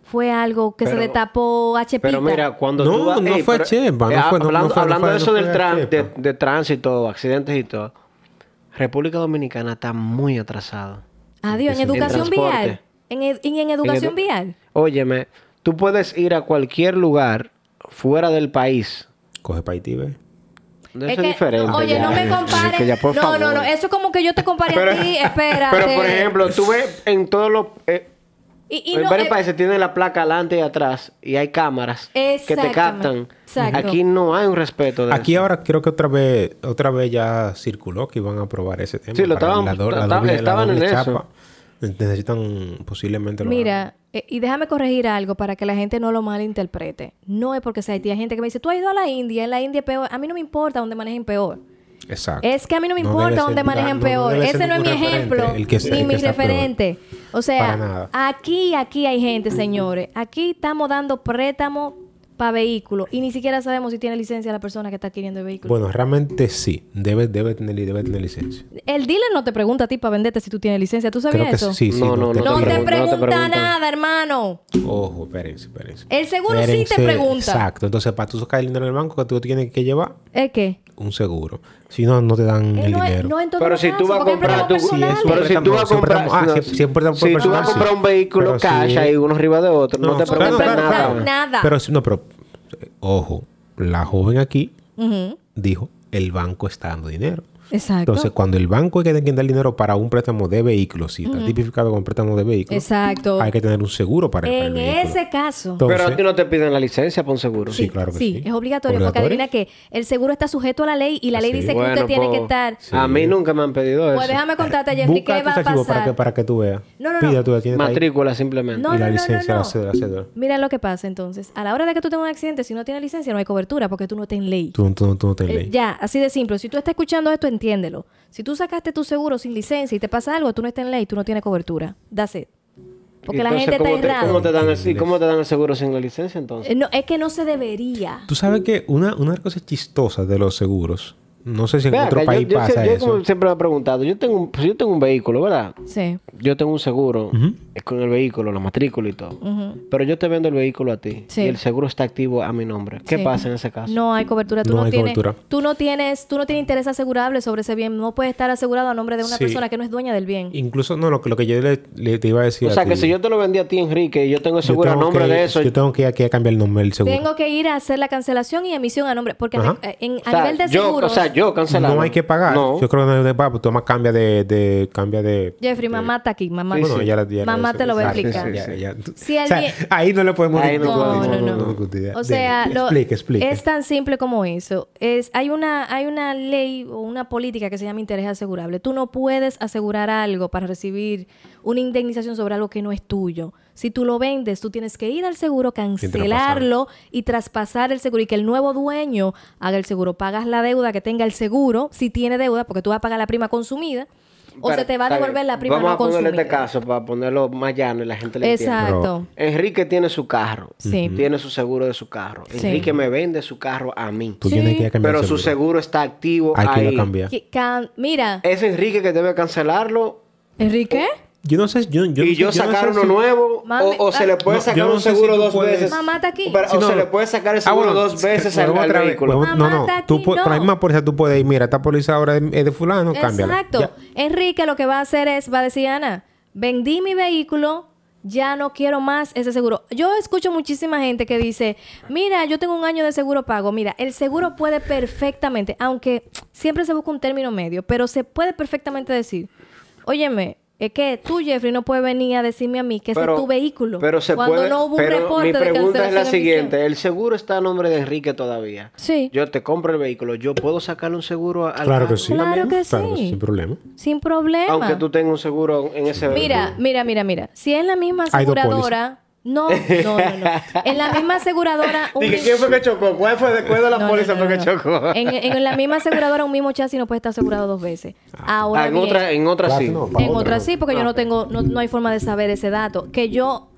S3: fue algo que se
S4: Pero-
S3: le tapó a Chepita.
S4: Pero mira, cuando
S5: No,
S4: tú... vas-
S5: no fue Chepa, no
S4: eh,
S5: fue- no- no
S4: hablando
S5: fue- no
S4: hablando
S5: fue-
S4: de
S5: no
S4: eso
S5: fue
S4: del tran- de,
S5: Chepa.
S4: de tránsito, accidentes y todo, República Dominicana está muy atrasada.
S3: Adiós, en
S5: en
S3: educación
S4: transporte.
S3: vial. En ed- y en educación
S4: edu-
S3: vial.
S4: Óyeme, tú puedes ir a cualquier lugar fuera del país.
S5: Coge para Haití, ve.
S4: Eso
S3: Es
S4: es,
S3: que-
S4: diferente.
S3: Oye,
S4: ya.
S3: no me
S4: Es que
S3: compares.
S4: ya, por
S3: no, no,
S4: favor.
S3: no. Eso es como que yo te compare a ti. Espera.
S4: Pero, por ejemplo, tú ves en todos los... eh,
S3: y, y
S4: en
S3: no,
S4: varios
S3: eh,
S4: países tienen la placa adelante y atrás y hay cámaras que te
S3: Exactamente.
S4: captan.
S3: Exacto.
S4: Aquí no hay un respeto de
S5: Aquí
S4: eso.
S5: ahora creo que otra vez, otra vez ya circuló que iban a aprobar ese tema.
S4: Sí, lo
S5: para
S4: estaban- estaban- estaban en eso.
S5: Ne- Necesitan posiblemente lo hagan.
S3: Mira, eh, y déjame corregir algo para que la gente no lo malinterprete. No es porque sea Haití. Hay gente que me dice, tú has ido a la India, en la India es peor. A mí no me importa dónde manejen peor.
S5: Exacto.
S3: Es que a mí no me
S5: No
S3: importa
S5: debe
S3: dónde
S5: ser-
S3: manejen
S5: no, no
S3: peor.
S5: debe ser
S3: Ese no es mi
S5: ningún referente,
S3: ejemplo
S5: el que está-
S3: ni
S5: el que
S3: mi
S5: está peor.
S3: referente. O
S5: Para
S3: sea,
S5: nada.
S3: aquí, aquí hay gente, señores. Aquí estamos dando préstamo para vehículos y ni siquiera sabemos si tiene licencia la persona que está adquiriendo el vehículo.
S5: Bueno, realmente sí. Debe, debe, tener, debe tener licencia.
S3: El dealer no te pregunta a ti para venderte si tú tienes licencia. ¿Tú sabías
S5: Creo que
S3: eso?
S5: sí, sí.
S4: No, no,
S5: te
S4: No
S3: No
S4: te
S3: te
S4: pregun- no te
S3: pregunta
S4: preguntan.
S3: nada, hermano.
S5: Ojo, espérense, espérense.
S3: El Eh, seguro sí te
S5: Espérense,
S3: pregunta.
S5: Exacto. Entonces, para tú sacar el dinero del banco, que tú tienes que llevar
S3: ¿Es qué?
S5: un seguro. Si no, no te dan
S3: Eh,
S5: el
S3: no, es-
S5: dinero.
S3: no en todo
S4: Pero si tú vas a comprar, tú,
S5: Sí, es un
S4: pero si tú
S5: préstamo,
S4: vas
S5: sí,
S4: a
S5: un
S4: comprar,
S5: préstamo. Ah,
S4: no,
S5: sí, sí, un préstamo
S4: si tú
S5: personal,
S4: vas a comprar
S5: sí.
S4: un vehículo
S5: Pero sí.
S4: cash ahí uno arriba de otro, no, te
S5: pero-
S4: preguntan
S3: claro,
S4: nada.
S3: claro. nada.
S5: Pero, si- no, pero, eh, ojo, la joven aquí
S3: Ujú,
S5: dijo, el banco está dando dinero.
S3: Exacto.
S5: Entonces, cuando el banco hay que quien da el dinero para un préstamo de vehículo, si está tipificado como préstamo de vehículo,
S3: Exacto.
S5: hay que tener un seguro para, para el
S3: En
S5: vehículo.
S3: ese caso.
S5: Entonces,
S4: Pero a ti no te piden la licencia para un seguro.
S5: Sí, claro que sí.
S3: es obligatorio, porque
S5: Obligatorio.
S3: adivina que el seguro está sujeto a la ley y la ley
S5: Así
S3: dice que
S4: Bueno, pues,
S3: usted tiene
S4: po,
S3: que estar.
S4: A mí nunca me han pedido eso.
S3: Pues déjame contarte, Jeffrey,
S5: busca
S3: ¿qué
S5: tus
S3: va a
S5: archivos para que,
S3: pasar?
S5: para que tú veas.
S3: No, no, no.
S5: Pide tu tienda ahí
S4: Matrícula simplemente.
S3: No,
S5: y la
S3: no, no,
S5: licencia,
S3: no, Eh,
S5: la
S3: no.
S5: cédula, la cédula.
S3: Mira lo que pasa entonces. A la hora de que tú tengas un accidente, si no tienes licencia, no hay cobertura porque tú no estás en ley.
S5: Tú, tú- tú no te
S3: Eh,
S5: lees.
S3: ya, así de simple. Si tú estás escuchando esto, entiéndelo. Si tú sacaste tu seguro sin licencia y te pasa algo, tú no estás en ley, tú no tienes cobertura. That's it. Porque la
S4: Entonces,
S3: gente está
S4: ¿cómo te-
S3: errada.
S4: ¿cómo te dan el- ¿Y cómo te dan el seguro sin la licencia entonces?
S3: Eh, No, es que no se debería.
S5: Tú sabes que una, una cosa chistosa de los seguros, no sé si en
S4: Ve
S5: otro
S4: acá,
S5: país
S4: yo, yo,
S5: pasa
S4: sie- yo
S5: eso.
S4: como siempre me he preguntado, yo tengo, un- pues yo tengo un vehículo, ¿verdad?
S3: Sí.
S4: Yo tengo un seguro.
S5: Ujú.
S4: es con el vehículo, la matrícula y todo. Pero yo te vendo el vehículo a ti
S3: Sí.
S4: y el seguro está activo a mi nombre. ¿Qué
S3: Sí.
S4: pasa en ese caso?
S3: No hay cobertura. Tú
S5: No
S3: no,
S5: hay
S3: tienes,
S5: cobertura.
S3: Tú no tienes, tú no tienes interés asegurable sobre ese bien. No puedes estar asegurado a nombre de una
S5: Sí.
S3: persona que no es dueña del bien.
S5: Incluso, no, lo, que- lo que yo le, le- te iba a decir.
S4: o
S5: a
S4: sea, que
S5: ti,
S4: si yo te lo vendí a ti, Enrique, y yo tengo el
S5: yo
S4: seguro a
S5: tengo
S4: nombre
S5: que-
S4: de eso,
S5: Yo tengo que ir aquí a cambiar el nombre del seguro.
S3: Tengo que ir a hacer la cancelación y emisión a nombre. Porque
S5: Ajá.
S3: eh, en-
S4: o
S3: a
S4: sea,
S3: nivel de
S4: yo-
S3: seguros.
S4: o sea, yo cancelado.
S5: No hay que pagar.
S4: No.
S5: Yo creo que no hay que pagar. Tú más cambia de, de- Cambia de.
S3: Jeffrey, mamá está aquí, mamá.
S4: Sí,
S5: Bueno,
S4: sí.
S5: ya la- ya la-
S3: Mamá te lo va a
S5: Sí, sí,
S4: explicar.
S5: sí, ya- ya.
S3: Si
S5: O sea,
S3: alguien-
S5: ahí no le podemos
S4: Ahí no
S3: No,
S4: podemos
S3: no, no.
S5: discutir.
S3: O sea,
S5: Dele,
S3: lo-
S5: explique, explique.
S3: es tan simple como eso. Es, hay, una, hay una ley o una política que se llama interés asegurable. Tú no puedes asegurar algo para recibir una indemnización sobre algo que no es tuyo. Si tú lo vendes, tú tienes que ir al seguro, cancelarlo y traspasar el seguro y que el nuevo dueño haga el seguro. Pagas la deuda que tenga el seguro, si tiene deuda, porque tú vas a pagar la prima consumida o
S4: Pero,
S3: se te va a
S4: está bien.
S3: devolver la prima
S4: Vamos
S3: no
S4: a ponerle
S3: consumida.
S4: este caso para ponerlo más llano y la gente le entienda.
S3: Exacto.
S4: Enrique tiene su carro.
S3: Sí.
S4: Tiene su seguro de su carro.
S3: Sí.
S4: Enrique me vende su carro a mí.
S5: Tú tienes que ir a cambiar
S4: Pero
S5: el
S4: su seguro está activo
S5: Hay que ir
S4: ahí.
S5: a cambiar.
S3: Que- can- Mira,
S4: Es Enrique que debe cancelarlo
S3: Enrique.
S5: Yo no sé. Yo, yo no
S4: y
S5: sé-
S4: yo,
S5: no
S4: sacar
S5: sé
S4: uno
S5: si-
S4: nuevo
S3: Mami,
S4: o, o se
S3: ah.
S4: le puede
S5: No,
S4: sacar
S5: yo no
S4: un
S5: sé si
S4: seguro
S5: tú
S4: dos
S5: puedes-
S4: veces.
S3: Mamá está aquí.
S4: Pero-
S5: Sí,
S4: o
S5: no,
S4: se
S5: no.
S4: le puede sacar el
S5: Ah,
S4: seguro
S5: bueno,
S4: dos veces al,
S5: huevo
S4: al
S5: otra vez,
S4: vehículo.
S5: huevo- no,
S3: Mamá,
S5: no.
S3: está
S5: Tú,
S3: aquí,
S5: pu- Por la
S3: no.
S5: misma póliza tú puedes ir. Mira, esta póliza ahora es es de fulano. Cámbiala.
S3: Exacto.
S5: Ya.
S3: Enrique lo que va a hacer es, va a decir, Ana, vendí mi vehículo, ya no quiero más ese seguro. Yo escucho muchísima gente que dice, mira, yo tengo un año de seguro pago. Mira, el seguro puede perfectamente, aunque siempre se busca un término medio, pero se puede perfectamente decir, óyeme, es que tú, Jeffrey, no puedes venir a decirme a mí que ese es tu vehículo.
S4: Pero se
S3: cuando
S4: puede,
S3: no hubo
S4: pero
S3: un reporte
S4: mi pregunta
S3: de
S4: es la
S3: cancelación de emisión.
S4: siguiente. El seguro está a nombre de Enrique todavía.
S3: Sí.
S4: Yo te compro el vehículo. ¿Yo puedo sacarle un seguro a- al
S5: Claro que
S4: carro
S5: sí.
S3: Claro que
S5: Claro
S3: sí.
S5: Sin problema.
S3: Sin problema.
S4: Aunque tú tengas un seguro en ese
S3: Mira, mira, mira, mira. Si es la misma
S5: Hay dos
S3: aseguradora. No, no, no, no. En la misma aseguradora. un
S4: Dije,
S3: mi-
S4: ¿quién fue que chocó? ¿Cuál fue de, cuál de la
S3: No, no,
S4: póliza
S3: no,
S4: fue
S3: no,
S4: que
S3: no.
S4: chocó?
S3: En, en la misma aseguradora, un mismo chasis no puede estar asegurado dos veces. Ahora.
S4: Ah, en
S3: bien,
S4: otra, en otra
S5: Claro,
S4: sí.
S5: no, pa-
S3: en
S5: otra.
S3: otra sí, porque yo no tengo, no, no hay forma de saber ese dato. Que yo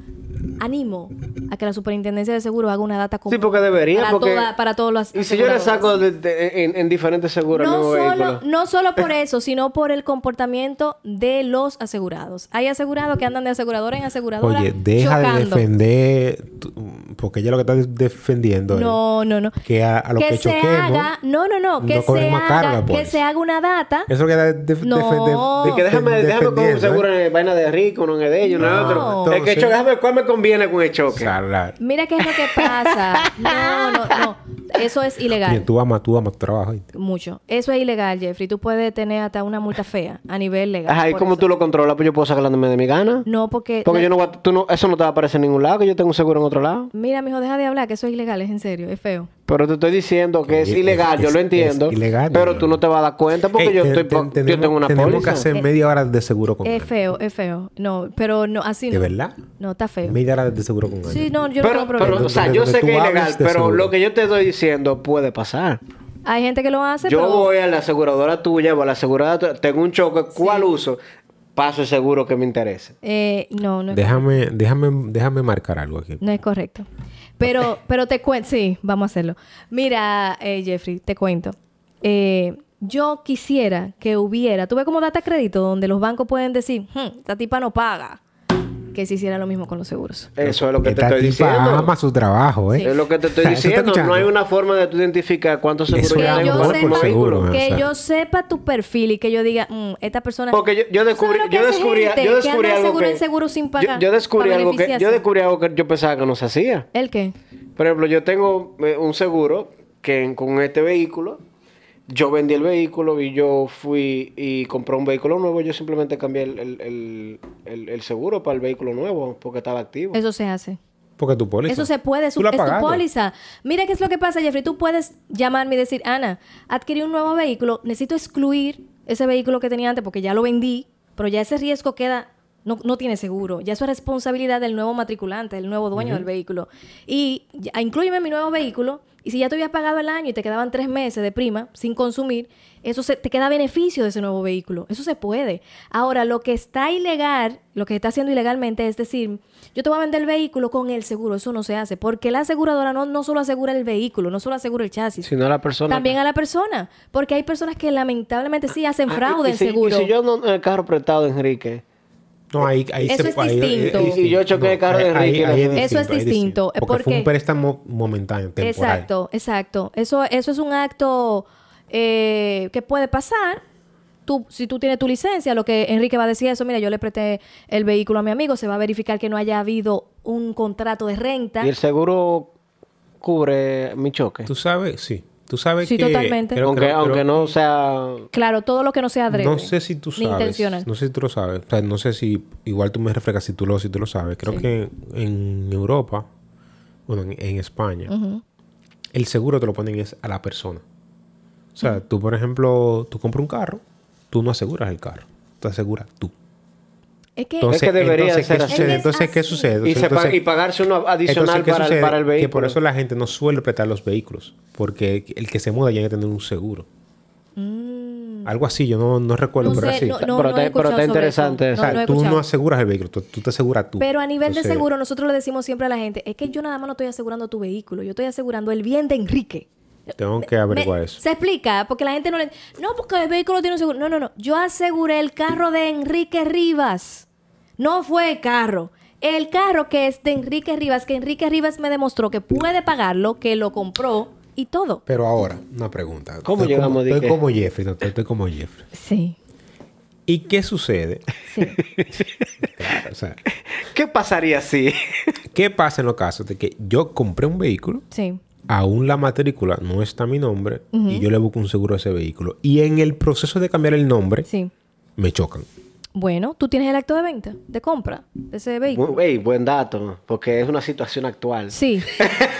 S3: animo a que la superintendencia de seguros haga una data común.
S4: Sí, porque debería,
S3: Para,
S4: porque-
S3: toda- para todos los
S4: Y si yo le
S3: aseguradoras.
S4: saco de- de- en, en diferentes seguros
S3: No
S4: el nuevo
S3: solo,
S4: vehículo.
S3: no solo por eso, sino por el comportamiento de los asegurados. Hay asegurados que andan de aseguradora en aseguradora
S5: Oye, deja de
S3: chocando.
S5: defender. tu- Porque ella lo que está de- defendiendo es
S3: No, no, no.
S5: que a, a lo que,
S3: se
S5: choquemos.
S3: haga, no, no, no, que,
S5: no
S3: se,
S5: cobremos
S3: haga,
S5: carga,
S3: que
S5: pues.
S3: se haga una data.
S5: Eso que da de, de,
S3: No.
S5: de- de-
S4: Y que déjame, déjame con un
S5: defendiendo,
S4: seguro
S5: ¿eh?
S4: en el vaina de rico, uno en el de ellos, uno en el
S5: No.
S4: otro.
S5: Todo,
S4: el que
S5: sí.
S4: choque, déjame cuál me conviene con el
S5: O
S4: choque.
S5: sea, la-
S3: Mira qué es lo que pasa. No, no, no. Eso es
S5: Oye,
S3: ilegal.
S5: tú amas, tú amas tu trabajo. ¿oíste?
S3: Mucho. Eso es ilegal, Jeffrey. Tú puedes tener hasta una multa fea a nivel legal.
S4: Ajá, ¿y
S3: por
S4: cómo
S3: eso.
S4: tú lo controlas? Pues yo puedo sacarme de mi gana.
S3: No, porque...
S4: Porque
S3: la-
S4: yo no voy a- tú no, eso no te va a aparecer en ningún lado, que yo tengo un seguro en otro lado.
S3: Mira, mijo, deja de hablar, que eso es ilegal, es en serio, es feo.
S4: Pero te estoy diciendo que es,
S5: Es-
S4: ilegal,
S5: es-
S4: yo lo
S5: es
S4: entiendo.
S5: ilegal,
S4: pero
S5: mi
S4: tú
S5: amor.
S4: no te vas a dar cuenta porque
S5: Ey,
S4: yo,
S5: te-
S4: estoy,
S5: te-
S4: pa- yo
S5: tenemos-
S4: tengo una
S5: Tenemos que
S4: póliza.
S5: hacer media hora de seguro con
S3: Es feo, es feo. No, pero no, así no.
S5: ¿De verdad?
S3: No, está feo.
S5: Media hora de seguro con
S3: Sí, no, yo no
S4: Pero,
S3: tengo
S4: pero,
S3: problema.
S4: o sea,
S5: Donde-
S4: yo
S5: donde
S4: sé
S5: tú
S4: que es
S5: hables
S4: ilegal,
S5: de
S4: pero
S5: seguro.
S4: lo que yo te estoy diciendo puede pasar.
S3: Hay gente que lo hace,
S4: Yo
S3: pero...
S4: voy a la aseguradora tuya o a la aseguradora tuya, tengo un choque, ¿cuál uso? Paso el seguro que me interese.
S3: Eh, no, no es,
S5: Déjame, déjame, déjame marcar algo aquí.
S3: no es correcto. Pero, pero te cuento... Sí, vamos a hacerlo. Mira, eh, Jeffrey, te cuento. Eh, yo quisiera que hubiera... Tú ves como data crédito, donde los bancos pueden decir, "Hmm, esta tipa no paga. Que se hiciera lo mismo con los seguros.
S4: Eso es lo que te
S5: Esta
S4: estoy
S5: tipa
S4: diciendo.
S5: ama su trabajo, ¿eh?
S4: Es lo que te estoy
S5: ¿Eso está
S4: diciendo. No
S5: escuchando?
S4: hay una forma de tú identificar cuántos seguros
S5: Eso
S4: yo
S5: es
S3: Que
S5: algo
S4: tengo
S3: yo,
S5: bueno
S4: por
S5: por
S3: sepa,
S5: seguro, ¿eh?
S3: que
S5: o sea.
S3: yo sepa tu perfil y que yo diga, "Mm, esta persona...
S4: Porque yo, yo
S3: ¿Tú
S4: descubrí,
S3: sabes lo que
S4: yo
S3: hace
S4: descubrí,
S3: gente
S4: yo
S3: que
S4: descubrí
S3: anda de
S4: algo
S3: seguro
S4: que
S3: en seguro sin
S4: yo,
S3: pagar
S4: yo descubrí
S3: pa'
S4: algo que yo
S3: beneficiarse?
S4: descubrí algo que yo pensaba que no se hacía.
S3: ¿El qué?
S4: Por ejemplo, yo tengo eh, un seguro que en- con este vehículo yo vendí el vehículo y yo fui y compré un vehículo nuevo. Yo simplemente cambié el, el- el- el- el seguro para el vehículo nuevo porque estaba activo.
S3: Eso se hace.
S5: Porque tu póliza.
S3: Eso se puede,
S5: Tú
S3: su-
S5: la
S3: es tu
S5: pagaste.
S3: póliza. Mira qué es lo que pasa, Jeffrey. Tú puedes llamarme y decir, Ana, adquirí un nuevo vehículo, necesito excluir ese vehículo que tenía antes porque ya lo vendí, pero ya ese riesgo queda, no, no tiene seguro. Ya eso es responsabilidad del nuevo matriculante, del nuevo dueño del vehículo. Y ya, inclúyeme mi nuevo vehículo. Y si ya te habías pagado el año y te quedaban tres meses de prima sin consumir, eso se- te queda beneficio de ese nuevo vehículo. Eso se puede. Ahora, lo que está ilegal, lo que se está haciendo ilegalmente es decir, yo te voy a vender el vehículo con el seguro. Eso no se hace. Porque la aseguradora no, no solo asegura el vehículo, no solo asegura el chasis.
S4: Si no, la persona.
S3: También a la persona. Porque hay personas que lamentablemente sí hacen
S4: Ah, y-
S3: fraude
S4: y
S3: en
S4: si-
S3: seguro.
S4: Y si yo no el carro prestado, Enrique,
S5: No, ahí, ahí
S3: Eso es
S5: ahí-
S3: distinto.
S5: eh,
S4: Y- y yo choqué el carro de Ricky, la verdad.
S3: Eso es
S5: ahí
S3: distinto,
S5: Porque,
S3: porque-
S5: fue un préstamo momentáneo, temporal.
S3: Exacto, exacto. Eso, eso es un acto eh, que puede pasar. Tú, si tú tienes tu licencia, lo que Enrique va a decir eso, mira, yo le presté el vehículo a mi amigo, se va a verificar que no haya habido un contrato de renta.
S4: Y el seguro cubre mi choque.
S5: Tú sabes, sí. Tú sabes
S3: Sí,
S5: que...
S3: totalmente. Pero-
S4: aunque aunque no sea...
S3: Claro, todo lo que no sea adrede.
S5: No sé si tú
S3: Ni
S5: sabes.
S3: intencional.
S5: No sé si tú lo sabes. O sea, no sé si... Igual tú me refrescas si tú lo, si tú lo sabes. Creo que en Europa, bueno, en, en España, el seguro te lo ponen es a la persona. O sea, tú, por ejemplo, tú compras un carro, tú no aseguras el carro. Te aseguras tú.
S3: Es que
S5: Entonces,
S4: Es que debería
S5: entonces,
S4: ser
S5: ¿qué
S4: así.
S5: sucede?
S3: Es que es
S5: Entonces, ¿qué
S3: así.
S5: sucede?
S4: Y, se
S5: Entonces,
S4: pa- y pagarse uno adicional
S5: Entonces, ¿qué
S4: para, el,
S5: sucede?
S4: para el vehículo.
S5: Que por eso la gente no suele prestar los vehículos. Porque el que se muda ya tiene que tener un seguro. Algo así, yo no, no recuerdo,
S3: Mm. no
S5: pero
S3: sé,
S5: así.
S3: no, no-
S4: Pero
S3: no
S4: está-
S3: he escuchado
S4: pero está
S3: sobre
S4: interesante,
S3: eso.
S5: o sea,
S3: No, no he
S5: tú no
S3: escuchado.
S5: aseguras el vehículo, tú, tú te aseguras tú.
S3: Pero a nivel de
S5: Entonces,
S3: seguro, nosotros le decimos siempre a la gente, es que yo nada más no estoy asegurando tu vehículo, yo estoy asegurando el bien de Enrique.
S5: Tengo que averiguar
S3: Me-
S5: eso.
S3: Se explica, porque la gente no le... No, porque el vehículo tiene un seguro. No, no, no. Yo aseguré el carro de Enrique Rivas. No fue el carro. El carro que es de Enrique Rivas, que Enrique Rivas me demostró que puede pagarlo, que lo compró y todo.
S5: Pero ahora, una pregunta.
S4: ¿Cómo
S5: estoy
S4: llegamos
S5: como,
S4: de
S5: estoy
S4: qué?
S5: como Jeffrey, no, estoy, estoy como Jeffrey.
S3: Sí,
S5: ¿Y qué sucede?
S3: sí.
S5: Claro, o sea,
S4: ¿Qué pasaría si...?
S5: ¿qué pasa en los casos de que yo compré un vehículo
S3: Sí.
S5: aún la matrícula no está a mi nombre y yo le busco un seguro a ese vehículo. Y en el proceso de cambiar el nombre,
S3: Sí.
S5: me chocan.
S3: Bueno, tú tienes el acto de venta, de compra, de ese vehículo.
S4: Bu- ey, buen dato, porque es una situación actual.
S3: Sí.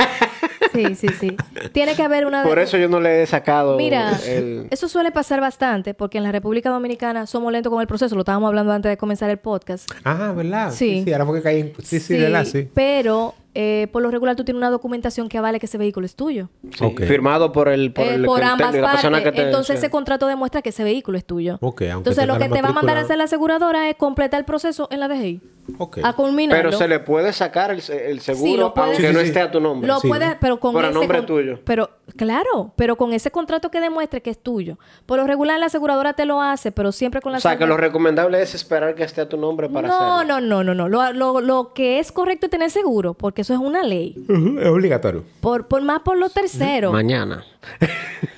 S3: Sí, sí, sí. Tiene que haber una...
S4: Por eso yo no le he sacado
S3: Mira,
S4: el...
S3: eso suele pasar bastante porque en la República Dominicana somos lentos con el proceso. Lo estábamos hablando antes de comenzar el podcast.
S5: Ah, ¿verdad?
S3: Sí.
S5: ahora porque caí en... Sí, sí, ¿verdad? Sí.
S3: Pero eh, por lo regular tú tienes una documentación que avale que ese vehículo es tuyo.
S4: Sí,
S5: Ok.
S4: Firmado por el... Por,
S3: Eh,
S4: el
S3: por
S4: que te-
S3: ambas
S4: la persona
S3: partes.
S4: que te-
S3: Entonces
S4: sí.
S3: ese contrato demuestra que ese vehículo es tuyo.
S5: Ok, aunque
S3: Entonces lo
S5: tenga
S3: que
S5: la
S3: te va a mandar
S5: matrícula-
S3: a hacer la aseguradora es completar el proceso en la DGI.
S5: Ok.
S3: A culminar.
S4: Pero se le puede sacar el, se- el seguro
S3: lo puede-
S4: aunque
S5: Sí, sí,
S4: no
S5: sí.
S4: esté a tu nombre.
S3: Lo
S5: Sí.
S3: puedes, pero con
S4: Por a
S3: ese
S4: nombre
S3: con-
S4: tuyo.
S3: Pero, claro, pero con ese contrato que demuestre que es tuyo. Por lo regular la aseguradora te lo hace, pero siempre con la
S4: O sea, que lo
S3: aseguradora-
S4: recomendable es esperar que esté a tu nombre para
S3: no,
S4: hacerlo. Eh,
S3: no, no, no, no. Lo, lo- lo que es correcto es tener seguro, porque eso es una ley.
S5: Ujú, Es obligatorio.
S3: Por, por más por lo tercero.
S4: Mañana.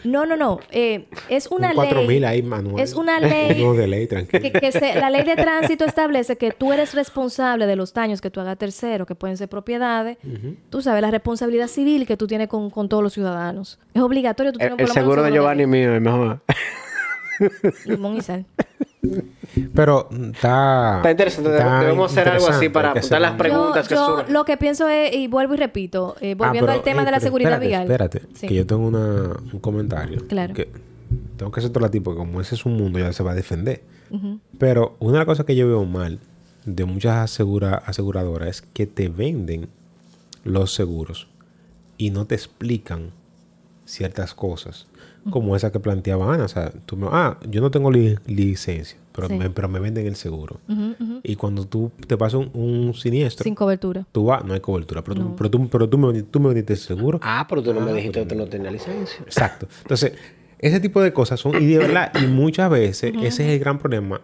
S3: No, no, no. eh, es una
S5: un
S3: ley.
S5: 4000 ahí, Manuel.
S3: Es una ley.
S5: Uno de ley, tranquilo.
S3: Que, que se- la ley de tránsito establece que tú eres responsable de los daños que tú hagas tercero, que pueden ser propiedades. Tú sabes, la responsabilidad civil que tú tienes con, con todos los ciudadanos. Es obligatorio. Tú tienes
S4: Eh, El,
S3: por lo menos un
S4: seguro de Giovanni
S3: ley.
S4: mío es mejor.
S3: Limón y sal.
S5: Pero mm, está...
S4: Está interesante.
S5: está
S4: Debemos hacer algo así
S5: interesante,
S4: para
S5: hay que
S4: apuntar
S5: hacer
S4: las
S5: un-
S4: preguntas
S3: yo,
S4: que
S3: yo
S4: surgen.
S3: lo que pienso es, y vuelvo y repito, eh,
S5: Ah,
S3: volviendo
S5: pero,
S3: al tema
S5: ey,
S3: de la
S5: pero
S3: seguridad
S5: espérate,
S3: vial.
S5: Espérate,
S3: Sí.
S5: que yo tengo una- un comentario.
S3: Claro.
S5: que tengo que hacer todo la tipo, como ese es un mundo, ya se va a defender. Pero una de las cosas que yo veo mal de muchas asegura, aseguradoras es que te venden los seguros y no te explican ciertas cosas. Como esa que planteaba Ana. O sea, tú me, ah, yo no tengo li- licencia, pero,
S3: Sí.
S5: me, pero me venden el seguro. Y cuando tú te pasa un, un siniestro,
S3: Sin cobertura.
S5: Tú vas, no hay cobertura, pero, tú, pero, tú, pero tú, me, vendi- tú me vendiste el seguro.
S4: Ah, pero tú no me dijiste que tú no tenías licencia.
S5: Exacto. Entonces, ese tipo de cosas son, y de verdad, y muchas veces ese es el gran problema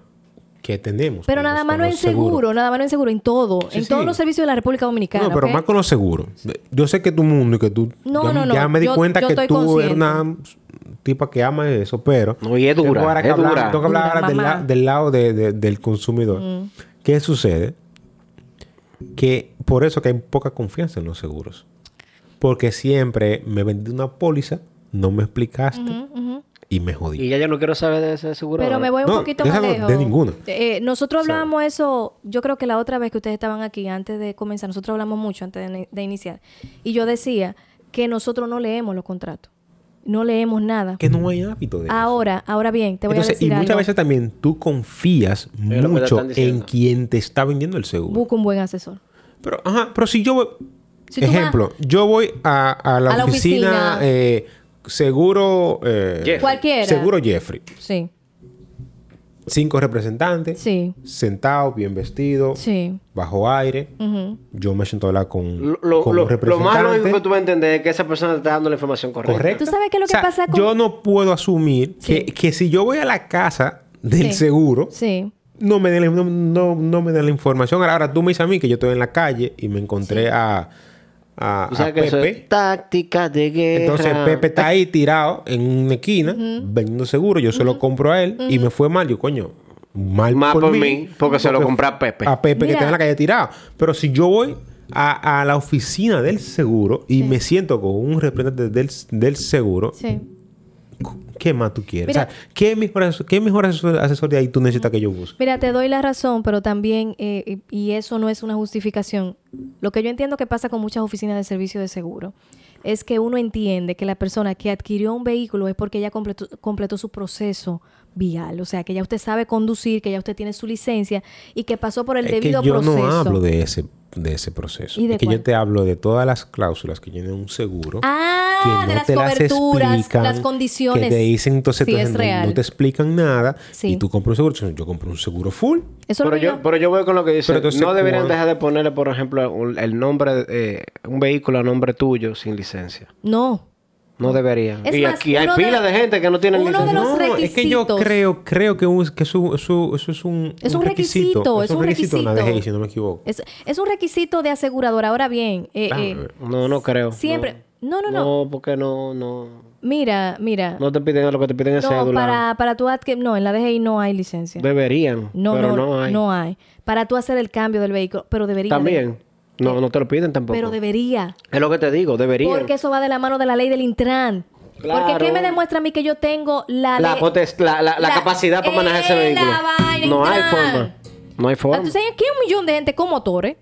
S5: que tenemos.
S3: Pero
S5: con
S3: nada
S5: los-
S3: más
S5: con
S3: no en
S5: los seguros.
S3: seguro, nada más no en seguro, en todo,
S5: Sí,
S3: en
S5: sí.
S3: todos los servicios de la República Dominicana.
S5: No, pero
S3: ¿ok?
S5: más con los seguros. Yo sé que tu mundo y que tú.
S3: No,
S5: ya,
S3: no, no.
S5: ya me di
S3: Yo-
S5: cuenta
S3: yo
S5: que
S3: estoy
S5: tú
S3: consciente.
S5: eres una tipa que ama eso, pero.
S4: No, y es dura,
S5: Tengo ahora que
S4: es
S5: hablar,
S4: dura.
S5: tengo que hablar
S3: Dura,
S5: ahora del,
S3: mamá. Mm.
S5: la- del lado de- de- del consumidor. ¿Qué sucede? Que por eso que hay poca confianza en los seguros. Porque siempre me vendí una póliza, no me explicaste y me jodí.
S4: Y ya yo no quiero saber de ese seguro.
S3: Pero me voy un
S5: No,
S3: poquito
S5: de
S3: más
S5: esa no-
S3: lejos.
S5: de ninguna.
S3: Eh, nosotros hablábamos eso, yo creo que la otra vez que ustedes estaban aquí, antes de comenzar, nosotros hablamos mucho antes de, de iniciar. Y yo decía que nosotros no leemos los contratos, no leemos nada.
S5: Que no hay hábito de eso.
S3: Ahora, ahora bien, te voy
S5: Entonces,
S3: a decir
S5: y muchas
S3: algo.
S5: veces también tú confías
S4: Es lo que te
S5: mucho
S4: están diciendo.
S5: en quien te está vendiendo el seguro.
S3: Busca un buen asesor.
S5: Pero, ajá, pero si yo voy...
S3: Si tú
S5: ejemplo, yo voy a, a la
S3: A la
S5: oficina,
S3: oficina.
S5: eh, seguro... eh,
S4: Jeffrey.
S3: Cualquiera.
S5: Seguro Jeffrey.
S3: Sí,
S5: Cinco representantes.
S3: sí,
S5: Sentado, bien vestido.
S3: sí.
S5: Bajo aire.
S3: ujú.
S5: Yo me siento a hablar con,
S4: Lo, lo,
S5: con
S4: lo- lo
S5: un
S4: más
S5: representante.
S4: lógico que tú vas a entender es que esa persona te está dando la información correcta.
S5: Correcto.
S3: ¿Tú sabes qué es lo que
S5: O sea,
S3: pasa con-
S5: Yo no puedo asumir
S3: Sí.
S5: que, que si yo voy a la casa del
S3: Sí.
S5: seguro,
S3: Sí.
S5: no me, den la- no, no- no me den la información. Ahora, ahora tú me dices a mí que yo estoy en la calle y me encontré a, a,
S4: Tú
S5: a
S4: sabes que eso es
S5: Ah, Pepe.
S4: táctica de guerra.
S5: Entonces Pepe está ahí tirado en una esquina, vendiendo seguro. Yo se lo compro a él y me fue mal. Yo, coño, mal
S4: Más
S5: por,
S4: por
S5: mí,
S4: mí, porque se lo compré a Pepe.
S5: A Pepe que
S3: Mira.
S5: está en la calle tirado. Pero si yo voy a, a la oficina del seguro y me siento con un representante del, del seguro,
S3: Sí.
S5: ¿qué más tú quieres?
S3: Mira.
S5: O sea, ¿qué mejor, aso- qué mejor asesor- asesoría ahí tú necesitas que yo busque?
S3: Mira, te doy la razón, pero también, eh, y y eso no es una justificación, lo que yo entiendo que pasa con muchas oficinas de servicio de seguro es que uno entiende que la persona que adquirió un vehículo es porque ya completó, completó su proceso vial, o sea, que ya usted sabe conducir, que ya usted tiene su licencia y que pasó por el
S5: Es que
S3: debido
S5: yo
S3: proceso.
S5: no hablo de ese, de ese proceso.
S3: ¿Y de
S5: es que
S3: cuál?
S5: yo te hablo de todas las cláusulas que tienen un seguro. que
S3: Ah,
S5: no
S3: de las
S5: te
S3: coberturas,
S5: las, explican,
S3: las condiciones.
S5: Que te dicen, entonces,
S3: Sí,
S5: entonces
S3: es
S5: no-
S3: real.
S5: no, te explican nada.
S3: Sí.
S5: Y tú compras un seguro. Yo compro un seguro full.
S3: Eso
S4: Pero
S3: lo digo.
S4: yo, pero yo voy con lo que dice.
S5: Pero entonces,
S4: no deberían
S5: ¿cuándo?
S4: dejar de ponerle, por ejemplo, un- el nombre, eh, un vehículo a nombre tuyo sin licencia.
S3: No.
S4: No deberían.
S3: Es
S4: y
S3: más,
S4: aquí hay
S3: uno de-
S4: pila de gente que no tienen
S3: uno de
S4: licencia.
S3: los-
S5: es que yo
S3: requisitos.
S5: creo, creo que, un- que eso, eso- eso es un,
S3: Es un requisito, es un requisito.
S5: en la DGI, si no me equivoco.
S3: Es, es un requisito de aseguradora. Ahora bien, eh,
S5: Ah,
S3: eh,
S4: No, no creo.
S3: siempre. No, no, no.
S4: No, porque no, no.
S3: Mira, mira.
S4: No te piden lo que te piden es
S3: No,
S4: cédula.
S3: para, para tú adqui- No, en la DGI no hay licencia.
S4: Deberían.
S3: no,
S4: pero
S3: no,
S4: no, hay.
S3: Para tú hacer el cambio del vehículo. Pero debería. de-
S4: También. No, no te lo piden tampoco.
S3: Eh, pero debería.
S4: Es lo que te digo, deberían.
S3: Porque eso va de la mano de la ley del Intran.
S4: Claro.
S3: Porque ¿qué me demuestra a mí que yo tengo la,
S4: la,
S3: ley-
S4: potes- la, la- la
S3: la-
S4: capacidad para manejar ese
S3: ¡Eh, la
S4: vehículo.
S3: vaina,
S4: no hay
S3: entrar!
S4: forma. No hay forma.
S3: Entonces, aquí hay un millón de gente con motores,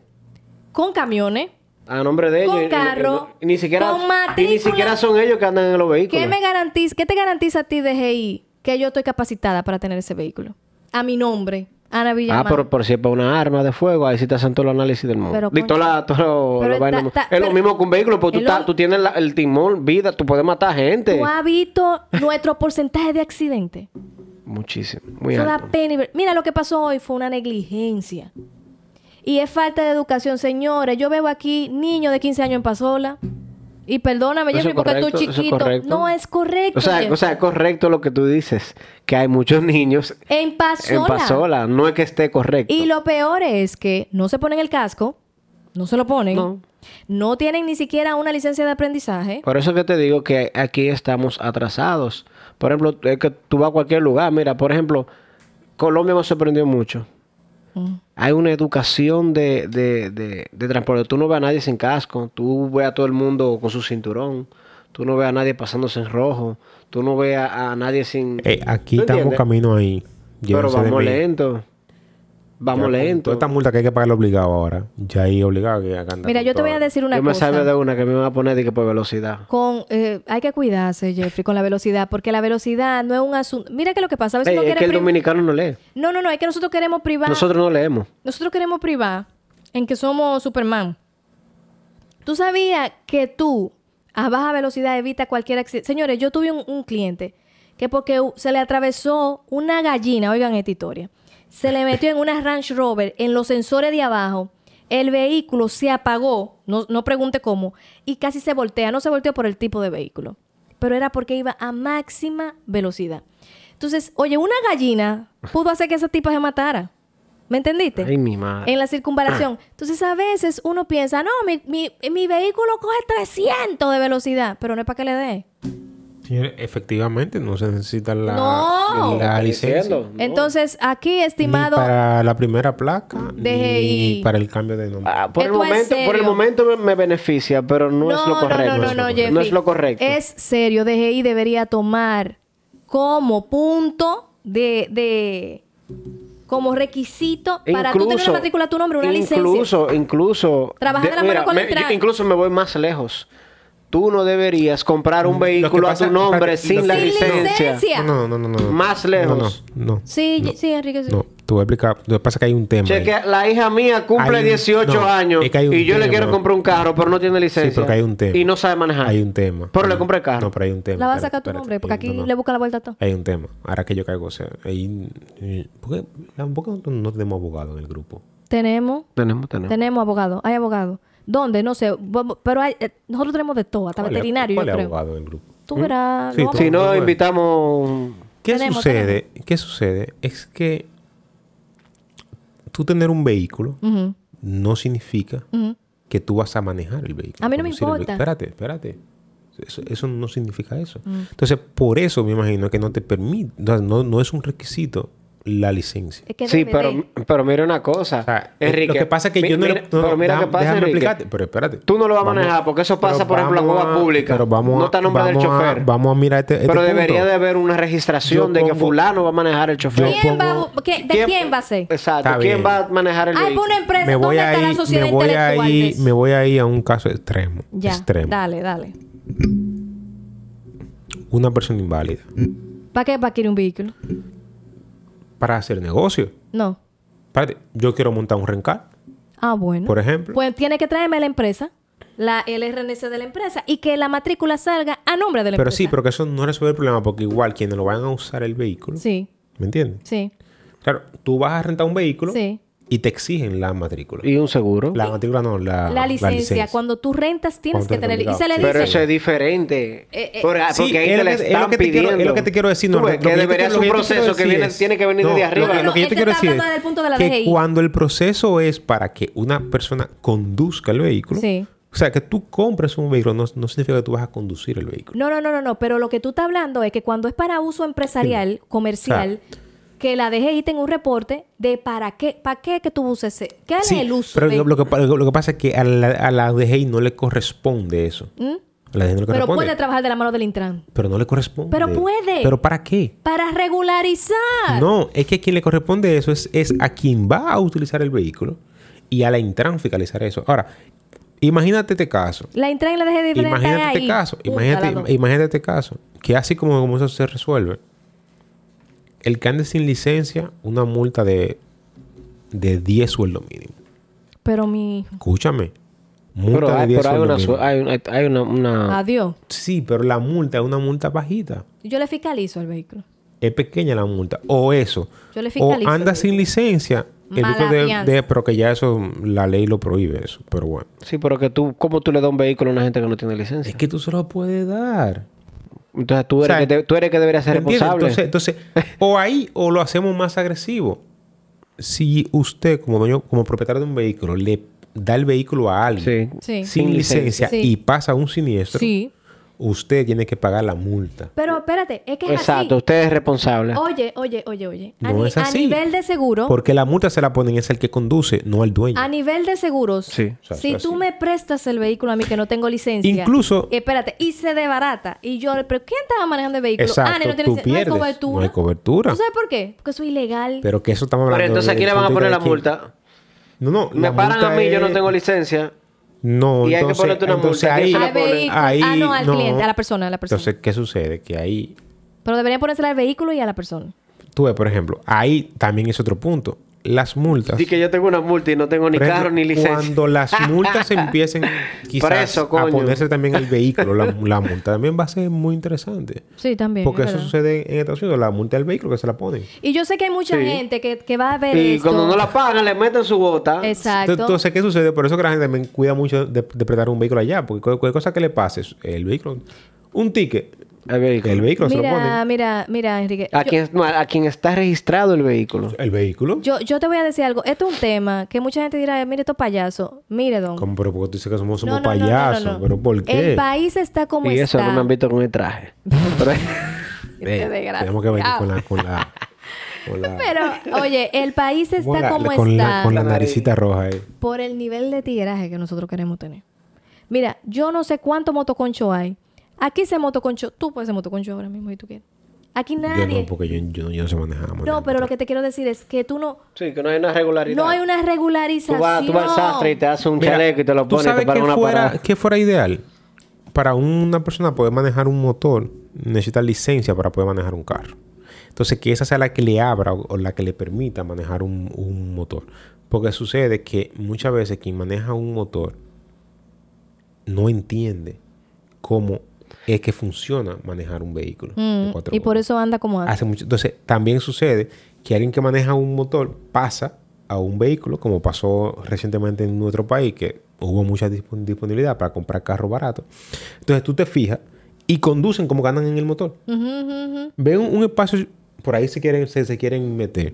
S3: con camiones.
S4: A nombre de ellos.
S3: Con
S4: y- y- y-
S3: carro,
S4: y ni siquiera,
S3: con
S4: y ni
S3: matrícula.
S4: siquiera son ellos que andan en los vehículos.
S3: ¿Qué, me garantiza, ¿Qué te garantiza a ti, DGI, que yo estoy capacitada para tener ese vehículo? A mi nombre, Ana
S4: Ah,
S3: Villamar.
S4: pero por si es para una arma de fuego, ahí sí te hacen todo el análisis del mundo.
S3: Pero,
S4: Di toda la- toda la-
S3: pero
S4: la vaina
S3: está-
S4: del mundo.
S3: está-
S4: es
S3: pero-
S4: lo mismo que un vehículo, porque tú,
S3: es lo-
S4: estás- tú tienes la- el timón, vida, tú puedes matar gente.
S3: Tú has visto nuestro porcentaje de accidente.
S4: Muchísimo, muy
S3: Eso da
S4: alto.
S3: pena y ver- Mira, lo que pasó hoy fue una negligencia. Y es falta de educación, señores. Yo veo aquí niños de 15 años en Pasola. Y perdóname,
S4: Eso es
S3: Jeffrey, porque
S4: correcto,
S3: tú
S4: eso es
S3: chiquito.
S4: correcto.
S3: no es correcto.
S4: O sea,
S3: Jeffrey.
S4: o sea, es correcto lo que tú dices, que hay muchos niños
S3: en Pasola.
S4: en Pasola. No es que esté correcto.
S3: Y lo peor es que no se ponen el casco, no se lo ponen,
S4: No.
S3: no, tienen ni siquiera una licencia de aprendizaje.
S4: Por eso que te digo que aquí estamos atrasados. Por ejemplo, es que tú vas a cualquier lugar. Mira, por ejemplo, Colombia me sorprendió mucho.
S3: Mm.
S4: Hay una educación de, de- de- de transporte. Tú no ves a nadie sin casco. Tú ves a todo el mundo con su cinturón. Tú no ves a nadie pasándose en rojo. Tú no ves a, a nadie sin...
S5: Eh, aquí
S4: ¿Tú
S5: estamos
S4: entiendes?
S5: camino ahí.
S4: Pero
S5: Llévense de
S4: vamos
S5: mí.
S4: lento. Vamos
S5: Ya, con
S4: lento.
S5: Toda esta multa que hay que pagar obligado ahora. Ya ahí obligado que acá andan
S3: Mira,
S5: con
S3: yo te voy
S5: todo.
S3: a decir una
S4: Yo me
S3: cosa.
S4: salgo de una que me va a poner de que por velocidad.
S3: Con, eh, hay que cuidarse, Jeffrey, con la velocidad, porque la velocidad no es un asunto. Mira que lo que pasa, a veces
S4: Ey,
S3: uno
S4: Eh, es
S3: Pues quiere
S4: que el
S3: prim-
S4: dominicano no lee.
S3: No, no, no, es que nosotros queremos privar.
S4: Nosotros no leemos.
S3: Nosotros queremos privar en que somos Superman. ¿Tú sabías que tú a baja velocidad evita cualquier accidente? Señores, yo tuve un, un cliente que porque u- se le atravesó una gallina, oigan esta historia, se le metió en una Range Rover en los sensores de abajo, el vehículo se apagó, no, no pregunte cómo, y casi se voltea, no se volteó por el tipo de vehículo, pero era porque iba a máxima velocidad. Entonces, oye, una gallina pudo hacer que esa tipa se matara. ¿Me entendiste?
S4: Ay, mi madre.
S3: en la circunvalación. Entonces, a veces uno piensa, no, mi, mi, mi vehículo coge 300 de velocidad, pero no es para que le dé.
S5: Sí, Efectivamente, no se necesita la,
S3: No.
S5: la
S4: Estoy
S5: licencia.
S4: diciendo, no.
S3: Entonces, aquí,
S5: Ni
S3: estimado,
S5: para la primera placa,
S3: DGI.
S5: ni para el cambio de nombre.
S4: Ah, por, el
S3: Esto es
S4: momento, por el
S3: serio.
S4: momento me, me beneficia, pero no, es lo correcto.
S3: No, no, no,
S4: No es lo correcto.
S3: Es serio, DGI debería tomar como punto de, de como requisito para tú tener una matrícula a tu nombre, una licencia.
S4: Incluso, incluso.
S3: Trabajar de la mano con
S4: me-
S3: el Intran.
S4: yo Incluso me voy más lejos. Tú no deberías comprar un
S5: Lo que
S4: vehículo
S5: pasa-
S4: a tu nombre
S5: espérate,
S4: sin
S5: lo-
S4: la
S5: Sin
S4: licencia.
S3: licencia.
S5: No, no, no, no, no.
S4: Más lejos.
S5: No, no. no.
S3: Sí,
S5: no,
S3: sí, Enrique, sí.
S5: no. te voy a explicar. Lo que pasa es que hay un tema. ahí.
S4: Cheque, la hija mía cumple
S5: Hay un-
S4: 18
S5: no,
S4: años
S5: es que hay un
S4: y yo le
S5: tema.
S4: quiero comprar un carro, pero no tiene licencia.
S5: Sí, porque hay un tema.
S4: Y no sabe manejar.
S5: Hay un tema.
S4: Pero le compré el carro.
S5: No, pero hay un tema.
S3: La vas
S5: Espérate,
S3: a sacar tu
S5: espérate.
S3: nombre, porque
S5: Hay
S3: aquí
S5: un- no, no.
S3: le busca la vuelta a todo.
S5: Hay un tema. Ahora que yo caigo, o sea, ahí... eh, ¿Por qué, la- por qué nosotros no tenemos abogado en el grupo?
S3: Tenemos
S4: Tenemos, tenemos.
S3: Tenemos abogado, hay abogado. ¿Dónde? No sé, vamos- pero hay, eh, nosotros tenemos de todo, hasta
S5: ¿Cuál es-
S3: veterinario,
S5: ¿Cuál
S3: yo
S5: es
S3: creo.
S5: abogado en el grupo? ¿Mm?
S3: Tú verás,
S5: Sí, tú-
S3: lo vamos-
S4: Si no,
S5: Tenemos.
S4: invitamos.
S5: ¿Qué
S3: Tenemos,
S5: sucede? ¿Qué sucede? Es que tú tener un vehículo
S3: Ujú.
S5: no significa
S3: Ujú.
S5: que tú vas a manejar el vehículo.
S3: A mí no me
S5: conducir el ve-
S3: importa. Mm.
S5: Espérate, espérate. Eso, eso no significa eso. Entonces, por eso me imagino que no te permite, no, no- no es un requisito la licencia.
S3: Es que
S4: sí,
S3: debe
S4: pero,
S3: de-
S4: pero mira una cosa.
S5: O sea,
S4: Enrique,
S5: lo que pasa es que
S4: mi-
S5: yo no...
S4: mira-
S5: no,
S4: pero mira
S5: déjame-
S4: qué pasa,
S5: déjame
S4: Enrique.
S5: explicarte, pero espérate.
S4: Tú no lo vas a
S5: Vamos-
S4: manejar porque eso
S5: pero
S4: pasa, por ejemplo, en
S5: vamos
S4: Cuba
S5: a-
S4: pública.
S5: Pero vamos
S4: no
S5: a-
S4: está el nombre del
S5: vamos a-
S4: chofer.
S5: Vamos a mirar este, este
S4: pero
S5: punto.
S4: debería de haber una registración
S5: Yo
S4: de que
S5: pongo-
S4: fulano va a manejar el chofer.
S5: yo
S3: ¿Quién va,
S5: pongo-
S3: a- qué- ¿De quién va a ser?
S4: Exacto.
S5: Está
S4: ¿Quién
S5: bien.
S4: va a manejar el
S3: Hay
S4: vehículo?
S3: una empresa.
S5: me voy
S3: ¿Dónde está la
S5: ahí,
S3: sociedad
S5: me voy
S3: intelectual de
S5: ahí,
S3: eso?
S5: me voy ahí a un caso extremo,
S3: Ya,
S5: extremo.
S3: dale, dale.
S5: Una persona inválida
S3: ¿Para qué? ¿Para adquirir un vehículo?
S5: para hacer negocio.
S3: No.
S5: Espérate, yo quiero montar un rencar,
S3: Ah, bueno.
S5: por ejemplo.
S3: Pues tiene que traerme la empresa, la LRNC de la empresa, y que la matrícula salga a nombre de la
S5: pero
S3: empresa.
S5: sí, pero que eso no resuelve el problema porque igual quienes lo van a usar el vehículo,
S3: Sí,
S5: ¿me entiendes?
S3: sí,
S5: Claro, tú vas a rentar un vehículo
S3: sí.
S5: y te exigen la matrícula.
S4: Y un seguro.
S5: La matrícula no, Ah, la,
S3: La licencia, cuando tú rentas tienes
S5: Cuando
S3: que
S5: te
S3: tener... Y se le
S5: obligado.
S4: Pero
S3: dice...
S4: eso es diferente.
S3: Eh, eh.
S4: Por-
S5: Sí,
S4: Ah, porque ahí
S5: es
S4: te
S5: lo
S4: la
S5: que- es lo
S4: están
S5: que te quiero- es
S4: pidiendo.
S5: lo que te quiero decir,
S4: Tú
S5: no,
S4: ves
S5: lo
S4: que
S5: que yo te
S4: debería
S5: quiero-
S4: ser un
S5: lo que yo te quiero
S4: proceso que
S5: decir
S4: viene-
S5: es-
S4: tiene que venir
S5: No,
S4: desde
S5: no,
S4: arriba.
S5: no, lo que yo te
S3: Él te
S5: quiero
S3: está
S5: decir
S3: hablando
S5: es
S3: del punto de la
S5: que
S3: DGI.
S5: cuando el proceso es para que una persona conduzca el vehículo,
S3: Sí.
S5: o sea, que tú compres un vehículo no, no significa que tú vas a conducir el vehículo.
S3: No, no, no, no, no. Pero lo que tú estás hablando es que cuando es para uso empresarial, comercial, que la DGI tenga un reporte de para qué, para qué que tú uses ese... ¿Qué es
S5: Sí,
S3: el uso?
S5: pero
S3: de-
S5: lo, lo que, pa- lo- lo que pasa es que a la, a la DGI no le corresponde eso.
S3: ¿Mm?
S5: A la DGI no le
S3: Pero
S5: corresponde.
S3: puede trabajar de la mano del Intran.
S5: pero no le corresponde.
S3: Pero puede.
S5: ¿Pero para qué?
S3: Para regularizar.
S5: No, es que a quien le corresponde eso es, es a quien va a utilizar el vehículo y a la Intran fiscalizar eso. Ahora, imagínate este caso.
S3: La Intran y la DGI diferente están
S5: Imagínate
S3: ahí.
S5: este caso.
S3: Juntas las dos.
S5: Imagínate, imagínate este caso. Que así como, como eso se resuelve, el que ande sin licencia, una multa de, de 10 sueldo mínimo.
S3: Pero mi...
S5: Escúchame. Multa
S4: Pero
S5: de
S4: hay,
S5: 10
S4: pero hay
S5: sueldo
S4: una,
S5: mínimo.
S4: su- hay una- hay una-
S5: Ah.
S4: una-
S3: Adiós.
S5: Sí, pero la multa es una multa bajita.
S3: Yo le fiscalizo al vehículo.
S5: Es pequeña la multa. O eso.
S3: Yo le
S5: o
S3: fiscalizo
S5: anda
S3: el
S5: sin licencia. El
S3: Mala
S5: uso de,
S3: fianza.
S5: de- Pero que ya eso, la ley lo prohíbe eso. Pero bueno.
S4: Sí, pero que tú, ¿cómo tú le das un vehículo a una gente que no tiene licencia?
S5: Es que tú se lo puedes dar.
S4: Entonces tú eres,
S5: O sea,
S4: que, te- tú eres que deberías ser
S5: ¿Entiendes?
S4: responsable.
S5: Entonces, entonces, o ahí o lo hacemos más agresivo. Si usted, como dueño, como propietario de un vehículo, le da el vehículo a alguien
S4: sí.
S5: sin
S3: Sí.
S4: Sin
S5: licencia
S4: licencia.
S3: Sí.
S5: y pasa un siniestro,
S3: Sí.
S5: usted tiene que pagar la multa.
S3: Pero espérate, es que es
S4: Exacto, usted es responsable.
S3: así. Oye, oye, oye, oye. A,
S5: No
S3: ni-
S5: es
S3: a
S5: así.
S3: nivel de seguro,
S5: Porque la multa se la ponen es el que conduce, no el dueño.
S3: a nivel de seguros,
S4: Sí.
S5: O sea,
S3: si
S5: eso es
S3: tú
S5: así.
S3: me prestas el vehículo a mí que no tengo licencia.
S5: Incluso-
S3: Espérate, y se debarata. Y yo, pero ¿quién estaba manejando el vehículo?
S5: Exacto,
S3: ah, no tiene
S5: tú
S3: licencia.
S5: pierdes.
S3: No hay cobertura.
S5: No hay cobertura.
S3: ¿Tú sabes por qué? Porque soy ilegal.
S5: Pero que eso estamos hablando.
S4: Pero entonces
S5: del
S4: aquí le van a
S5: punto
S4: poner
S5: de
S4: la
S5: que-
S4: multa.
S5: No, no.
S4: Me
S5: la
S4: paran a
S5: multa
S4: mí, yo
S5: es-
S4: no tengo licencia.
S5: No,
S4: Y hay que
S5: entonces,
S4: ponerte una multa,
S5: entonces
S4: que
S5: ahí,
S4: eso la
S3: Al vehículo.
S5: ahí
S3: ah, no, al cliente, a la persona, a la persona.
S5: Entonces, ¿qué sucede? Que ahí
S3: pero deberían ponérsela al vehículo y a la persona.
S5: Tú ves, por ejemplo, ahí también es otro punto. Las multas.
S4: Así que yo tengo una multa y no tengo ni
S5: Por ejemplo,
S4: carro ni licencia.
S5: Pues Cuando las multas empiecen quizás
S4: Preso,
S5: a
S4: coño.
S5: ponerse también el vehículo, la, la multa también va a ser muy interesante.
S3: Sí, también.
S5: Porque
S3: es
S5: eso
S3: verdad.
S5: sucede en Estados Unidos, la multa del vehículo que se la ponen.
S3: Y yo sé que hay mucha
S4: Sí.
S3: gente que, que va a ver
S4: Y
S3: esto.
S4: cuando no la pagan, le meten su bota.
S3: Exacto.
S5: Entonces, ¿qué sucede? Por eso que la gente también cuida mucho de, de prestar un vehículo allá. Porque cualquier cosa que le pase, el vehículo, un ticket,
S4: El vehículo.
S5: el vehículo se lo
S3: mira,
S5: ponen.
S3: mira, mira, Enrique.
S4: A,
S3: Yo-
S4: quien, no, a quien está registrado el vehículo.
S5: El vehículo.
S3: Yo, yo te voy a decir algo. Esto es un tema que mucha gente dirá, mire, esto payaso. Mire, don.
S5: Como, pero porque tú dices que somos,
S3: No,
S5: somos
S3: no, no, no, no,
S5: payasos.
S3: no.
S5: Pero ¿por qué?
S3: El país está como
S4: Y eso
S3: está.
S4: no me han visto con el traje. Pero-
S5: Ey,
S3: Qué desgracia.
S5: tenemos que venir con la... Con la, con la-
S3: Pero, oye, el país está
S5: con la-
S3: como
S5: con la-
S3: está
S5: con la naricita roja. eh.
S3: por el nivel de tiraje que nosotros queremos tener. Mira, yo no sé cuánto motoconcho hay. Aquí se motoconcho. Tú puedes ser motoconcho ahora mismo si tú quieres. Aquí
S5: Yo
S3: nadie.
S5: no, porque yo, yo, no- yo no sé manejar. manejar
S3: no, pero lo que te quiero decir es que tú no...
S4: sí, que no hay una regularidad.
S3: No hay una regularización.
S4: Tú vas, tú vas al sastre y te haces un
S5: Mira,
S4: chaleco y te lo
S5: ¿tú
S4: pones y te
S5: sabes
S4: paran
S5: qué
S4: una
S5: fuera,
S4: parada.
S5: qué fuera ideal? Para una persona poder manejar un motor, necesita licencia para poder manejar un carro. Entonces, que esa sea la que le abra o, o la que le permita manejar un, un motor. Porque sucede que muchas veces quien maneja un motor no entiende cómo es que funciona manejar un vehículo. de
S3: Mm,
S5: cuatro
S3: y por
S5: ruedas.
S3: eso anda como anda.
S5: Hace mucho. Entonces, también sucede que alguien que maneja un motor pasa a un vehículo, como pasó recientemente en nuestro país, que hubo mucha dispon- disponibilidad para comprar carros baratos. Entonces, tú te fijas y conducen como ganan en el motor.
S3: Ujú, ujú, ujú.
S5: Ven un, un espacio, por ahí se quieren, se, se quieren meter.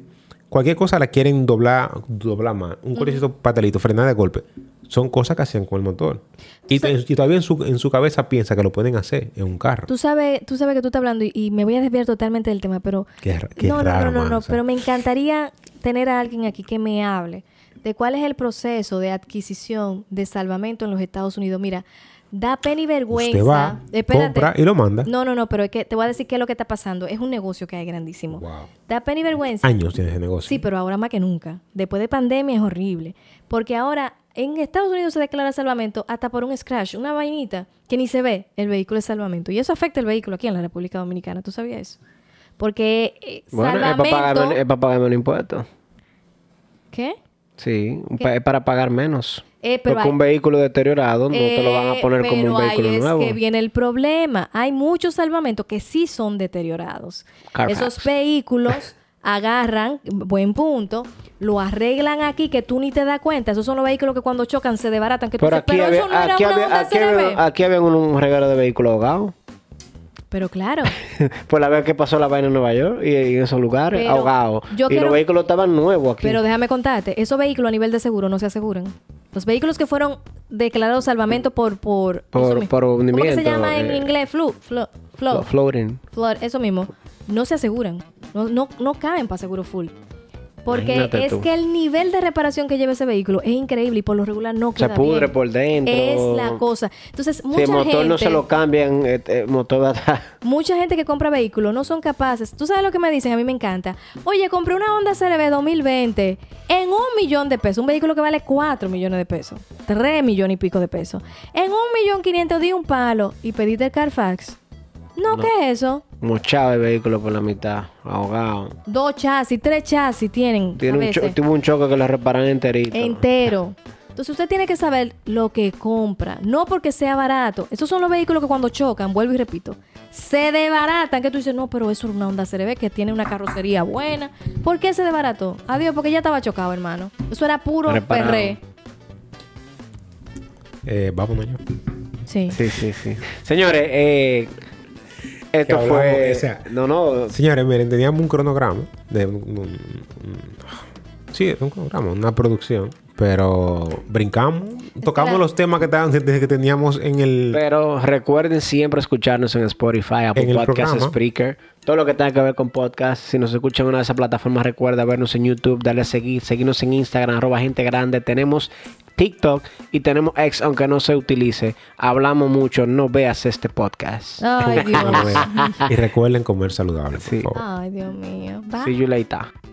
S5: Cualquier cosa la quieren doblar, doblar más. Un cochecito patalito, frenar de golpe. Son cosas que hacían con el motor. Y, y todavía en su, en su cabeza piensa que lo pueden hacer en un carro.
S3: Tú sabes, tú sabes que tú estás hablando y, y me voy a desviar totalmente del tema, pero...
S5: Qué r- qué
S3: no, no,
S5: raro,
S3: no, no,
S5: mano,
S3: no,
S5: o sea.
S3: pero me encantaría tener a alguien aquí que me hable de cuál es el proceso de adquisición de salvamento en los Estados Unidos. Mira, da pena y vergüenza.
S5: Usted va, compra y lo manda.
S3: No, no, no, pero es que te voy a decir qué es lo que está pasando. Es un negocio que hay grandísimo.
S5: Wow. Ah,
S3: Da pena y vergüenza.
S5: Años tiene ese
S4: Pues
S5: negocio.
S3: Sí, pero ahora más que nunca. Después de pandemia es horrible. Porque ahora en Estados Unidos se declara salvamento hasta por un scratch, una vainita que ni se ve el vehículo de salvamento. Y eso afecta el vehículo aquí en la República Dominicana. ¿Tú sabías eso? Porque eh,
S4: Bueno, es para
S3: salvamento...
S4: pagar, es para pagar menos impuestos.
S3: ¿Qué?
S4: Sí, es para pagar menos.
S3: Eh, pero
S4: Porque un
S3: hay-
S4: vehículo deteriorado no te lo van a
S3: Eh,
S4: poner como
S3: pero
S4: un vehículo
S3: ahí es
S4: nuevo.
S3: que viene el problema. Hay muchos salvamentos que sí son deteriorados.
S4: Car
S3: Esos
S4: wraps.
S3: vehículos agarran, buen punto, lo arreglan aquí que tú ni te das cuenta. Esos son los vehículos que cuando chocan se desbaratan. Que tú
S4: Pero
S3: dices,
S4: aquí
S3: pero
S4: había,
S3: eso no era
S4: aquí
S3: una
S4: había,
S3: Honda
S4: aquí había,
S3: CRV".
S4: aquí había un, un regalo de vehículo ahogado.
S3: Pero claro,
S4: Pues la vez que pasó la vaina en Nueva York y, y en esos lugares,
S3: Pero
S4: ahogados.
S3: yo
S4: Y
S3: quiero-
S4: los vehículos estaban nuevos aquí.
S3: pero déjame contarte, esos vehículos a nivel de seguro no se aseguran. Los vehículos que fueron declarados salvamento por... Por,
S4: Por-
S3: eso mismo.
S4: por
S3: ¿Cómo que se
S4: hundimiento,
S3: llama en
S4: eh,
S3: inglés? Flu, flo- flow.
S4: Los floating.
S3: Flor, eso mismo, no se aseguran, no, no, no caben para seguro full. Porque
S4: Imagínate
S3: es
S4: tú.
S3: que el nivel de reparación que lleva ese vehículo es increíble y por lo regular no
S4: Se
S3: queda
S4: pudre
S3: bien.
S4: por dentro.
S3: Es la cosa. Entonces,
S4: Si
S3: mucha
S4: el motor
S3: gente,
S4: no se lo cambian, eh, eh, el motor va a estar...
S3: mucha gente que compra vehículos no son capaces. ¿Tú sabes lo que me dicen? A mí me encanta. Oye, compré una Honda CRV 2020 en un millón de pesos, un vehículo que vale 4 millones de pesos, 3 millones y pico de pesos. En un millón 500 di un palo y pediste el Carfax. No, ¿qué es eso?
S4: mochado el vehículo por la mitad, ahogado.
S3: Dos chasis, tres chasis tienen.
S4: Tiene
S3: a
S4: un cho-
S3: veces,
S4: tuvo un choque que lo reparan enterito.
S3: entero. Entonces usted tiene que saber lo que compra, no porque sea barato. Esos son los vehículos que cuando chocan, vuelvo y repito, se desbaratan. Que tú dices, no, pero eso es una Honda CRV que tiene una carrocería buena. ¿Por qué se desbarató? Adiós, porque ya estaba chocado, hermano. Eso era puro
S4: Reparado.
S3: ferré.
S5: Eh, vámonos yo.
S3: Sí.
S4: Sí, sí, sí. Señores, eh, esto
S5: hablamos,
S4: fue...
S5: o sea-
S4: no, no,
S5: Señores, miren, teníamos un cronograma de un, un- un- sí, un cronograma, una producción, pero brincamos, tocamos
S3: la-
S5: los temas que estaban que teníamos en el
S4: pero recuerden siempre escucharnos en Spotify,
S5: En
S4: Apple
S5: el
S4: Podcast,
S5: programa.
S4: Spreaker. Todo lo que tenga que ver con podcast. Si nos escuchan en una de esas plataformas, recuerda vernos en YouTube, darle a seguir, seguirnos en Instagram, arroba gente grande. Tenemos TikTok y tenemos X, aunque no se utilice. Hablamos mucho, no veas este podcast.
S3: Ay, Dios.
S5: y recuerden comer saludable, por
S4: Sí.
S5: favor.
S3: Ay, Dios mío. Bye.
S4: See you later.